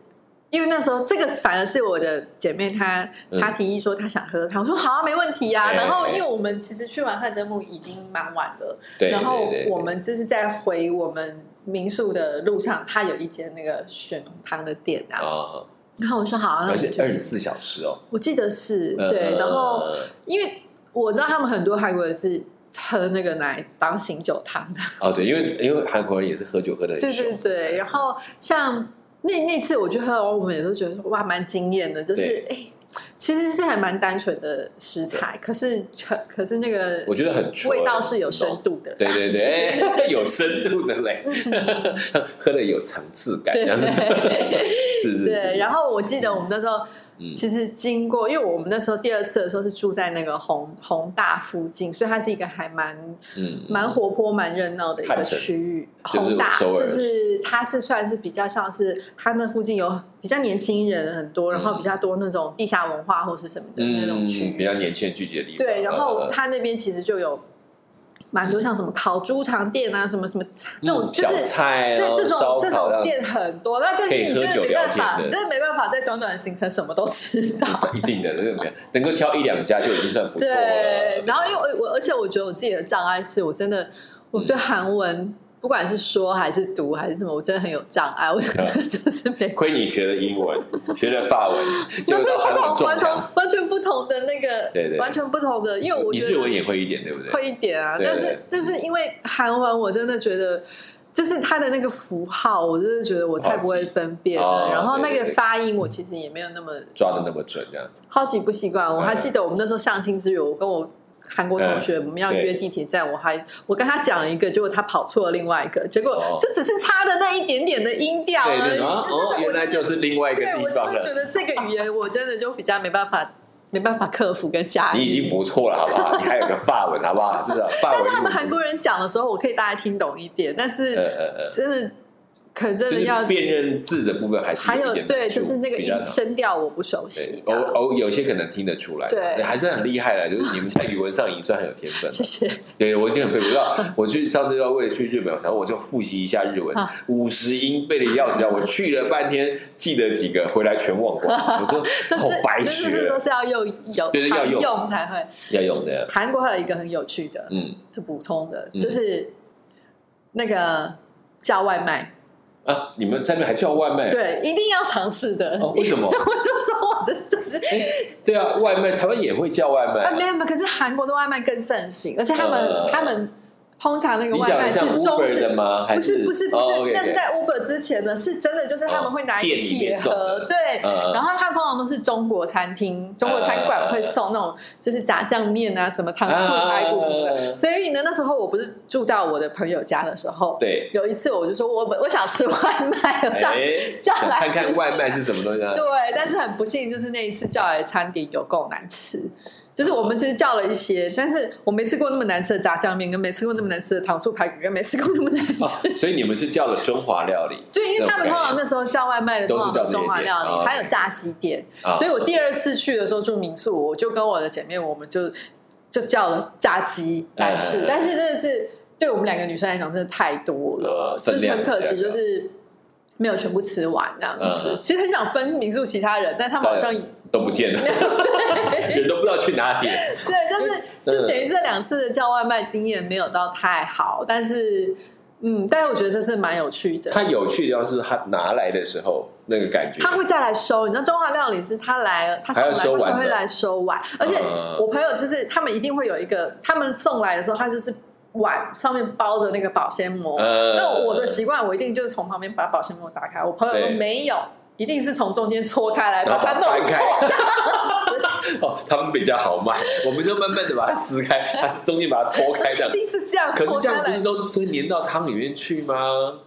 [SPEAKER 2] 因为那时候，这个反而是我的姐妹她，
[SPEAKER 1] 嗯
[SPEAKER 2] 她提议说她想喝汤，我说好啊，没问题啊。
[SPEAKER 1] 哎
[SPEAKER 2] 然后，
[SPEAKER 1] 哎
[SPEAKER 2] 因为我们其实去完汗蒸木已经蛮晚了，
[SPEAKER 1] 对，
[SPEAKER 2] 然后
[SPEAKER 1] 对对
[SPEAKER 2] 我们就是在回我们民宿的路上，它有一间那个血浓汤的店啊，
[SPEAKER 1] 啊，
[SPEAKER 2] 然后我说好啊，那
[SPEAKER 1] 而
[SPEAKER 2] 我
[SPEAKER 1] 且
[SPEAKER 2] 们就
[SPEAKER 1] 二十
[SPEAKER 2] 是，
[SPEAKER 1] 四小时哦，
[SPEAKER 2] 我记得是
[SPEAKER 1] 呃
[SPEAKER 2] 对，然后因为我知道他们很多韩国人是喝那个奶当醒酒汤的，
[SPEAKER 1] 哦对，因为因为韩国人也是喝酒喝的很
[SPEAKER 2] 对对
[SPEAKER 1] 凶，
[SPEAKER 2] 对，然后像那那次我去喝完，我们也都觉得哇蛮惊艳的，就是哎，其实是还蛮单纯的食材，可是可是那个
[SPEAKER 1] 我觉得很纯
[SPEAKER 2] 味道是有深度的，
[SPEAKER 1] 对对对，哎 *laughs* 有深度的嘞， *laughs* 喝的有层次感，这样子 *laughs* 是是是，
[SPEAKER 2] 嗯对，然后我记得我们那时候
[SPEAKER 1] 嗯
[SPEAKER 2] 其实经过，因为我们那时候第二次的时候是住在那个宏宏大附近，所以它是一个还蛮
[SPEAKER 1] 嗯，
[SPEAKER 2] 蛮活泼、蛮热闹的一个
[SPEAKER 1] 汉城
[SPEAKER 2] 区域。
[SPEAKER 1] 就是
[SPEAKER 2] 宏大
[SPEAKER 1] 首尔
[SPEAKER 2] 就是它是算是比较像是它那附近有比较年轻人很多，然后
[SPEAKER 1] 嗯
[SPEAKER 2] 比较多那种地下文化或是什么的那种
[SPEAKER 1] 嗯
[SPEAKER 2] 区域
[SPEAKER 1] 比。较年轻人聚集的地方，
[SPEAKER 2] 对，然后
[SPEAKER 1] 呃
[SPEAKER 2] 它那边其实就有蛮多像什么烤猪肠店啊，什么什么那种
[SPEAKER 1] 嗯
[SPEAKER 2] 就
[SPEAKER 1] 小
[SPEAKER 2] 是。
[SPEAKER 1] 菜啊，
[SPEAKER 2] 对这
[SPEAKER 1] 烧烤
[SPEAKER 2] 种这
[SPEAKER 1] 啊
[SPEAKER 2] 种店很多，那但
[SPEAKER 1] 可
[SPEAKER 2] 是
[SPEAKER 1] 以
[SPEAKER 2] 你
[SPEAKER 1] 喝
[SPEAKER 2] 真的
[SPEAKER 1] 酒
[SPEAKER 2] 没
[SPEAKER 1] 聊
[SPEAKER 2] 办法，
[SPEAKER 1] 天的
[SPEAKER 2] 真的没办法在短短的行程什么都吃
[SPEAKER 1] *laughs*
[SPEAKER 2] 到。
[SPEAKER 1] 一定的，这个能够挑一两家就已经算不错
[SPEAKER 2] 对
[SPEAKER 1] 了，。
[SPEAKER 2] 然后因为我我而且我觉得我自己的障碍是我真的我
[SPEAKER 1] 嗯
[SPEAKER 2] 对韩文、不管是说还是读还是什么，我真的很有障碍。我觉得
[SPEAKER 1] 嗯
[SPEAKER 2] *laughs* 就是没
[SPEAKER 1] 亏你学了英文，学了法文，就
[SPEAKER 2] *laughs* 完
[SPEAKER 1] 是
[SPEAKER 2] 全
[SPEAKER 1] 韩
[SPEAKER 2] 不
[SPEAKER 1] 文
[SPEAKER 2] 同，
[SPEAKER 1] 中
[SPEAKER 2] 完全
[SPEAKER 1] 奖。
[SPEAKER 2] 完全不同的那个，
[SPEAKER 1] 对对
[SPEAKER 2] 完全不同的，因为我
[SPEAKER 1] 你
[SPEAKER 2] 觉
[SPEAKER 1] 日
[SPEAKER 2] 得
[SPEAKER 1] 文也会一点，对不对？
[SPEAKER 2] 会一点啊，
[SPEAKER 1] 对
[SPEAKER 2] 但
[SPEAKER 1] 对
[SPEAKER 2] 是但是因为韩文，我真的觉得。就是它的那个符号，我真的觉得我太不会分辨
[SPEAKER 1] 好
[SPEAKER 2] 了。
[SPEAKER 1] 记
[SPEAKER 2] 然后
[SPEAKER 1] 哦
[SPEAKER 2] 那
[SPEAKER 1] 对
[SPEAKER 2] 个
[SPEAKER 1] 对对
[SPEAKER 2] 发音，我其实也没有那么
[SPEAKER 1] 抓的那么准，这样子。
[SPEAKER 2] 好几不习惯。
[SPEAKER 1] 哎
[SPEAKER 2] 我还记得我们那时候相亲之旅，我跟我韩国同学，我们要约
[SPEAKER 1] 对
[SPEAKER 2] 地铁站，我还我跟他讲一个，结果他跑错了另外一个，结果
[SPEAKER 1] 哦
[SPEAKER 2] 这只是差的那一点点的音调
[SPEAKER 1] 对
[SPEAKER 2] 而
[SPEAKER 1] 对，
[SPEAKER 2] 已。
[SPEAKER 1] 然后
[SPEAKER 2] 啊这真
[SPEAKER 1] 哦
[SPEAKER 2] 的，，
[SPEAKER 1] 原
[SPEAKER 2] 我
[SPEAKER 1] 来
[SPEAKER 2] 真的
[SPEAKER 1] 就是另外一个
[SPEAKER 2] 对我
[SPEAKER 1] 地
[SPEAKER 2] 真
[SPEAKER 1] 方
[SPEAKER 2] 的觉
[SPEAKER 1] 了。
[SPEAKER 2] 得这个语言我真的就比较没办法，没办法克服跟驾驭。
[SPEAKER 1] 你已经不错了，好不好？你还有个法文，好不好？真的，法文
[SPEAKER 2] 但他们韩国人讲的时候，我可以大概听懂一点，但是
[SPEAKER 1] 呃呃呃
[SPEAKER 2] 真的可能真
[SPEAKER 1] 就
[SPEAKER 2] 的
[SPEAKER 1] 是
[SPEAKER 2] 要
[SPEAKER 1] 辨认字的部分还是
[SPEAKER 2] 还有
[SPEAKER 1] 一点
[SPEAKER 2] 对，
[SPEAKER 1] 难度
[SPEAKER 2] 就是那个
[SPEAKER 1] 比
[SPEAKER 2] 音
[SPEAKER 1] 较难
[SPEAKER 2] 声调我不熟悉
[SPEAKER 1] 对。哦偶
[SPEAKER 2] 这样
[SPEAKER 1] 偶有些可能听得出来，
[SPEAKER 2] 对
[SPEAKER 1] 还是很厉害的。就是你们在语文上已经算很有天分了。
[SPEAKER 2] *laughs* 谢谢。
[SPEAKER 1] 对，我已经很佩服。要我去上次要为了去日本，我想说我就复习一下日文
[SPEAKER 2] 啊，
[SPEAKER 1] 五十音背的要死要活。我去了半天，记得几个，回来全忘光。
[SPEAKER 2] *laughs*
[SPEAKER 1] 我说
[SPEAKER 2] 但是
[SPEAKER 1] 好白
[SPEAKER 2] 就是这
[SPEAKER 1] 学
[SPEAKER 2] 都，是要用有
[SPEAKER 1] 对对要
[SPEAKER 2] 常
[SPEAKER 1] 用
[SPEAKER 2] 用才会。
[SPEAKER 1] 要用的。
[SPEAKER 2] 韩国还有一个很有趣的，
[SPEAKER 1] 嗯
[SPEAKER 2] 是补充的，
[SPEAKER 1] 嗯
[SPEAKER 2] 就是那个叫外卖，
[SPEAKER 1] 啊，你们在那边还叫外卖？
[SPEAKER 2] 对，一定要尝试的。
[SPEAKER 1] 哎哦为什么
[SPEAKER 2] *laughs* 我就说我这这是
[SPEAKER 1] 对啊，外卖台湾也会叫外卖啊。
[SPEAKER 2] 啊，没有没有，可是韩国的外卖更盛行，而且他
[SPEAKER 1] 呃
[SPEAKER 2] 们他们通常那个
[SPEAKER 1] 你
[SPEAKER 2] 外
[SPEAKER 1] 讲
[SPEAKER 2] 卖
[SPEAKER 1] 的
[SPEAKER 2] 是
[SPEAKER 1] 像
[SPEAKER 2] 中
[SPEAKER 1] Uber
[SPEAKER 2] 式
[SPEAKER 1] 的。吗？还哦
[SPEAKER 2] 不是不是不是，
[SPEAKER 1] 但
[SPEAKER 2] 但是在 Uber 之前呢，是真的就是他们会拿一
[SPEAKER 1] 哦店
[SPEAKER 2] 个
[SPEAKER 1] 里面
[SPEAKER 2] 铁
[SPEAKER 1] 送的
[SPEAKER 2] 盒，对，
[SPEAKER 1] 嗯嗯嗯
[SPEAKER 2] 然后他通常都是中国餐厅、中国餐馆会送那种就是炸酱面啊、什么糖醋排骨什么
[SPEAKER 1] 嗯嗯嗯嗯
[SPEAKER 2] 的。所以呢，那时候我不是住到我的朋友家的时候，
[SPEAKER 1] 对
[SPEAKER 2] 有一次我就说我我想吃外卖，我想
[SPEAKER 1] 哎，
[SPEAKER 2] 叫
[SPEAKER 1] 想
[SPEAKER 2] 来
[SPEAKER 1] 看
[SPEAKER 2] 试
[SPEAKER 1] 看
[SPEAKER 2] 试
[SPEAKER 1] 外卖是什么东西啊？
[SPEAKER 2] 对，但是很不幸，就是那一次叫来的餐点有够难吃，就是我们其实叫了一些，但是我没吃过那么难吃的炸酱面，跟没吃过那么难吃的糖醋排骨，跟没吃过那么难吃。
[SPEAKER 1] 哦，所以你们是叫了中华料理，
[SPEAKER 2] 对，因为他们通常那时候叫外卖的
[SPEAKER 1] 都
[SPEAKER 2] 通
[SPEAKER 1] 是
[SPEAKER 2] 常
[SPEAKER 1] 叫
[SPEAKER 2] 有中华料
[SPEAKER 1] 这些
[SPEAKER 2] 理，
[SPEAKER 1] 店
[SPEAKER 2] 还有炸鸡店。
[SPEAKER 1] 啊
[SPEAKER 2] 所以我第二次去的时候住民宿，我就跟我的姐妹，我们就就叫了炸鸡来吃，
[SPEAKER 1] 嗯
[SPEAKER 2] 但是真的是对我们两个女生来讲，真的太多了
[SPEAKER 1] 呃，分
[SPEAKER 2] 就是
[SPEAKER 1] 量
[SPEAKER 2] 很可惜，
[SPEAKER 1] 比较
[SPEAKER 2] 就
[SPEAKER 1] 高
[SPEAKER 2] 是没有全部吃完这样子
[SPEAKER 1] 嗯。
[SPEAKER 2] 其实很想分民宿其他人，但他们好像
[SPEAKER 1] 都不
[SPEAKER 2] *laughs*
[SPEAKER 1] 见了，人都不知道去哪里了。
[SPEAKER 2] 对，就是就等于这两次的叫外卖经验没有到太好，但是嗯，但是我觉得这是蛮有趣的。
[SPEAKER 1] 它有趣的地方是它拿来的时候那个感觉，
[SPEAKER 2] 他会再来收。你知道中华料理是他来了，他送来
[SPEAKER 1] 还要收完
[SPEAKER 2] 他会
[SPEAKER 1] 的
[SPEAKER 2] 来收碗，而且
[SPEAKER 1] 嗯
[SPEAKER 2] 我朋友就是他们一定会有一个，他们送来的时候，他就是碗上面包的那个保鲜膜。
[SPEAKER 1] 嗯
[SPEAKER 2] 那我的习惯，我一定就是从旁边把保鲜膜打开。我朋友说
[SPEAKER 1] 对
[SPEAKER 2] 没有，一定是从中间搓开来
[SPEAKER 1] 然
[SPEAKER 2] 把
[SPEAKER 1] 后
[SPEAKER 2] 它
[SPEAKER 1] 把它
[SPEAKER 2] 弄
[SPEAKER 1] 掰开
[SPEAKER 2] 破。
[SPEAKER 1] *laughs* 哦，他们比较好卖，我们就慢慢的把它撕开，它是中间把它搓开这样
[SPEAKER 2] *laughs* 一。定是这样
[SPEAKER 1] 可是
[SPEAKER 2] 搓
[SPEAKER 1] 这
[SPEAKER 2] 开
[SPEAKER 1] 样不是
[SPEAKER 2] 来
[SPEAKER 1] 都都粘到汤里面去吗？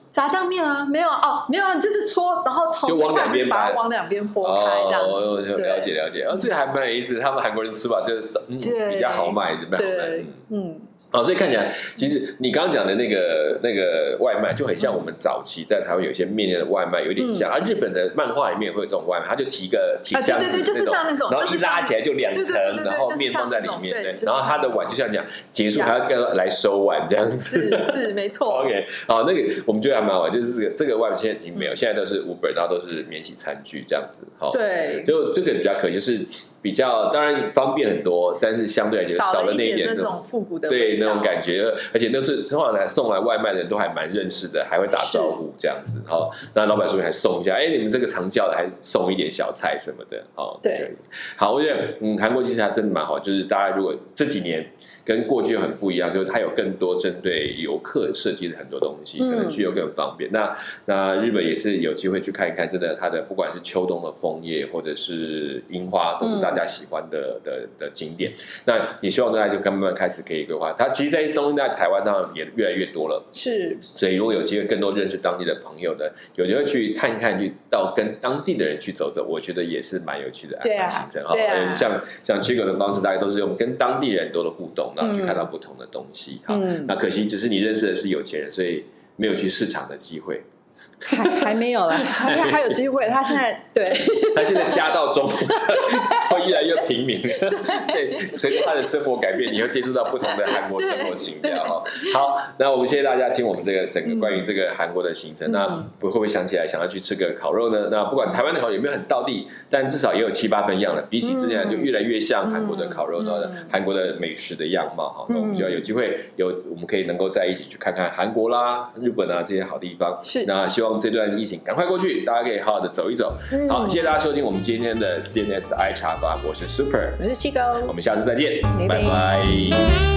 [SPEAKER 2] 炸酱面啊？没有啊哦，没有啊，你就是搓，然后头
[SPEAKER 1] 就往两边
[SPEAKER 2] 把它
[SPEAKER 1] 掰
[SPEAKER 2] 往两边拨
[SPEAKER 1] 哦
[SPEAKER 2] 开这样，
[SPEAKER 1] 我
[SPEAKER 2] 子。对
[SPEAKER 1] 了解了解。哦，这个还蛮有意思，他们韩国人吃法就是嗯
[SPEAKER 2] 对
[SPEAKER 1] 比较好卖，比较好卖。
[SPEAKER 2] 对
[SPEAKER 1] 嗯， *laughs*
[SPEAKER 2] 嗯，
[SPEAKER 1] 哦，所以看起来，其实你刚刚讲的那个那个外卖，就很像我们早期在台湾有一些面店的外卖，有点像、啊。日本的漫画里面也会有这种外卖，它就提个提
[SPEAKER 2] 嗯啊对
[SPEAKER 1] 箱
[SPEAKER 2] 对
[SPEAKER 1] 子
[SPEAKER 2] 对就是像那
[SPEAKER 1] 那
[SPEAKER 2] 种
[SPEAKER 1] 然后
[SPEAKER 2] 就
[SPEAKER 1] 一
[SPEAKER 2] 是像
[SPEAKER 1] 拉起来就两层
[SPEAKER 2] 对对对对，对
[SPEAKER 1] 然后面放在里面，
[SPEAKER 2] 就是像那种对就是
[SPEAKER 1] 然后它的碗就像讲结束，还要跟来收碗这样子。
[SPEAKER 2] 是是没错。
[SPEAKER 1] *laughs* OK，好，那个我们觉得还蛮好玩，就是这个这个外卖现在已经没有，现在都是 Uber，然后都是免洗餐具这样子。好，，
[SPEAKER 2] 嗯对，
[SPEAKER 1] 就这个比较可惜，就是比较当然方便很多，但是相对来讲
[SPEAKER 2] 少
[SPEAKER 1] 少了
[SPEAKER 2] 一
[SPEAKER 1] 那一
[SPEAKER 2] 点那
[SPEAKER 1] 那种
[SPEAKER 2] 种复古的
[SPEAKER 1] 对
[SPEAKER 2] 味
[SPEAKER 1] 那
[SPEAKER 2] 道
[SPEAKER 1] 种感觉，而且都是通常来送来外卖的人都还蛮认识的，还会打招呼这样子哈。那老板说还送一下，哎，你们这个常叫的还送一点小菜什么的，哦，
[SPEAKER 2] 对
[SPEAKER 1] 这个，好，我觉得嗯，韩国其实还真的蛮好，就是大家如果这几年跟过去很不一样，就是它有更多针对游客设计的很多东西，可
[SPEAKER 2] 嗯
[SPEAKER 1] 能去游更方便。那那日本也是有机会去看一看，真的它的不管是秋冬的枫叶或者是樱花，都是大家喜欢的、的的景点。那也希望大家就慢慢开始可以规划。它其实这些东西在台湾当然也越来越多了，
[SPEAKER 2] 是
[SPEAKER 1] 所以如果有机会更多认识当地的朋友呢，有机会去看一看，去到跟当地的人去走走，我觉得也是蛮有趣的安
[SPEAKER 2] 对啊
[SPEAKER 1] 排行程哈。
[SPEAKER 2] 对啊
[SPEAKER 1] 呃像像去狗的方式，大概都是用跟当地人多的互动，然后去看到不同的东西哈。
[SPEAKER 2] 嗯
[SPEAKER 1] 那可惜只是你认识的是有钱人，所以没有去市场的机会。
[SPEAKER 2] 还还没有了， *laughs* 还还有机会。他现在对
[SPEAKER 1] 他现在家道中不顺，会越来越平民。对，随着他的生活改变，你会接触到不同的韩国生活情调哈。好，那我们谢谢大家听我们这个整
[SPEAKER 2] 嗯
[SPEAKER 1] 个关于这个韩国的行程。那会不会想起来想要去吃个烤肉呢？那不管台湾的烤肉有没有很到地，但至少也有七八分样了。比起之前就越来越像韩国的烤肉的
[SPEAKER 2] 嗯嗯
[SPEAKER 1] 韩国的美食的样貌哈。那我们就要有机会有我们可以能够在一起去看看韩国啦、日本啊这些好地方。
[SPEAKER 2] 是
[SPEAKER 1] 那希望这段疫情赶快过去，大家可以好好的走一走。
[SPEAKER 2] 嗯
[SPEAKER 1] 好，谢谢大家收听我们今天的 CNS 的 I 茶吧，我是 Super，
[SPEAKER 2] 我是七哦
[SPEAKER 1] 我
[SPEAKER 2] 哥，
[SPEAKER 1] 们下次再见，
[SPEAKER 2] 拜拜
[SPEAKER 1] 拜拜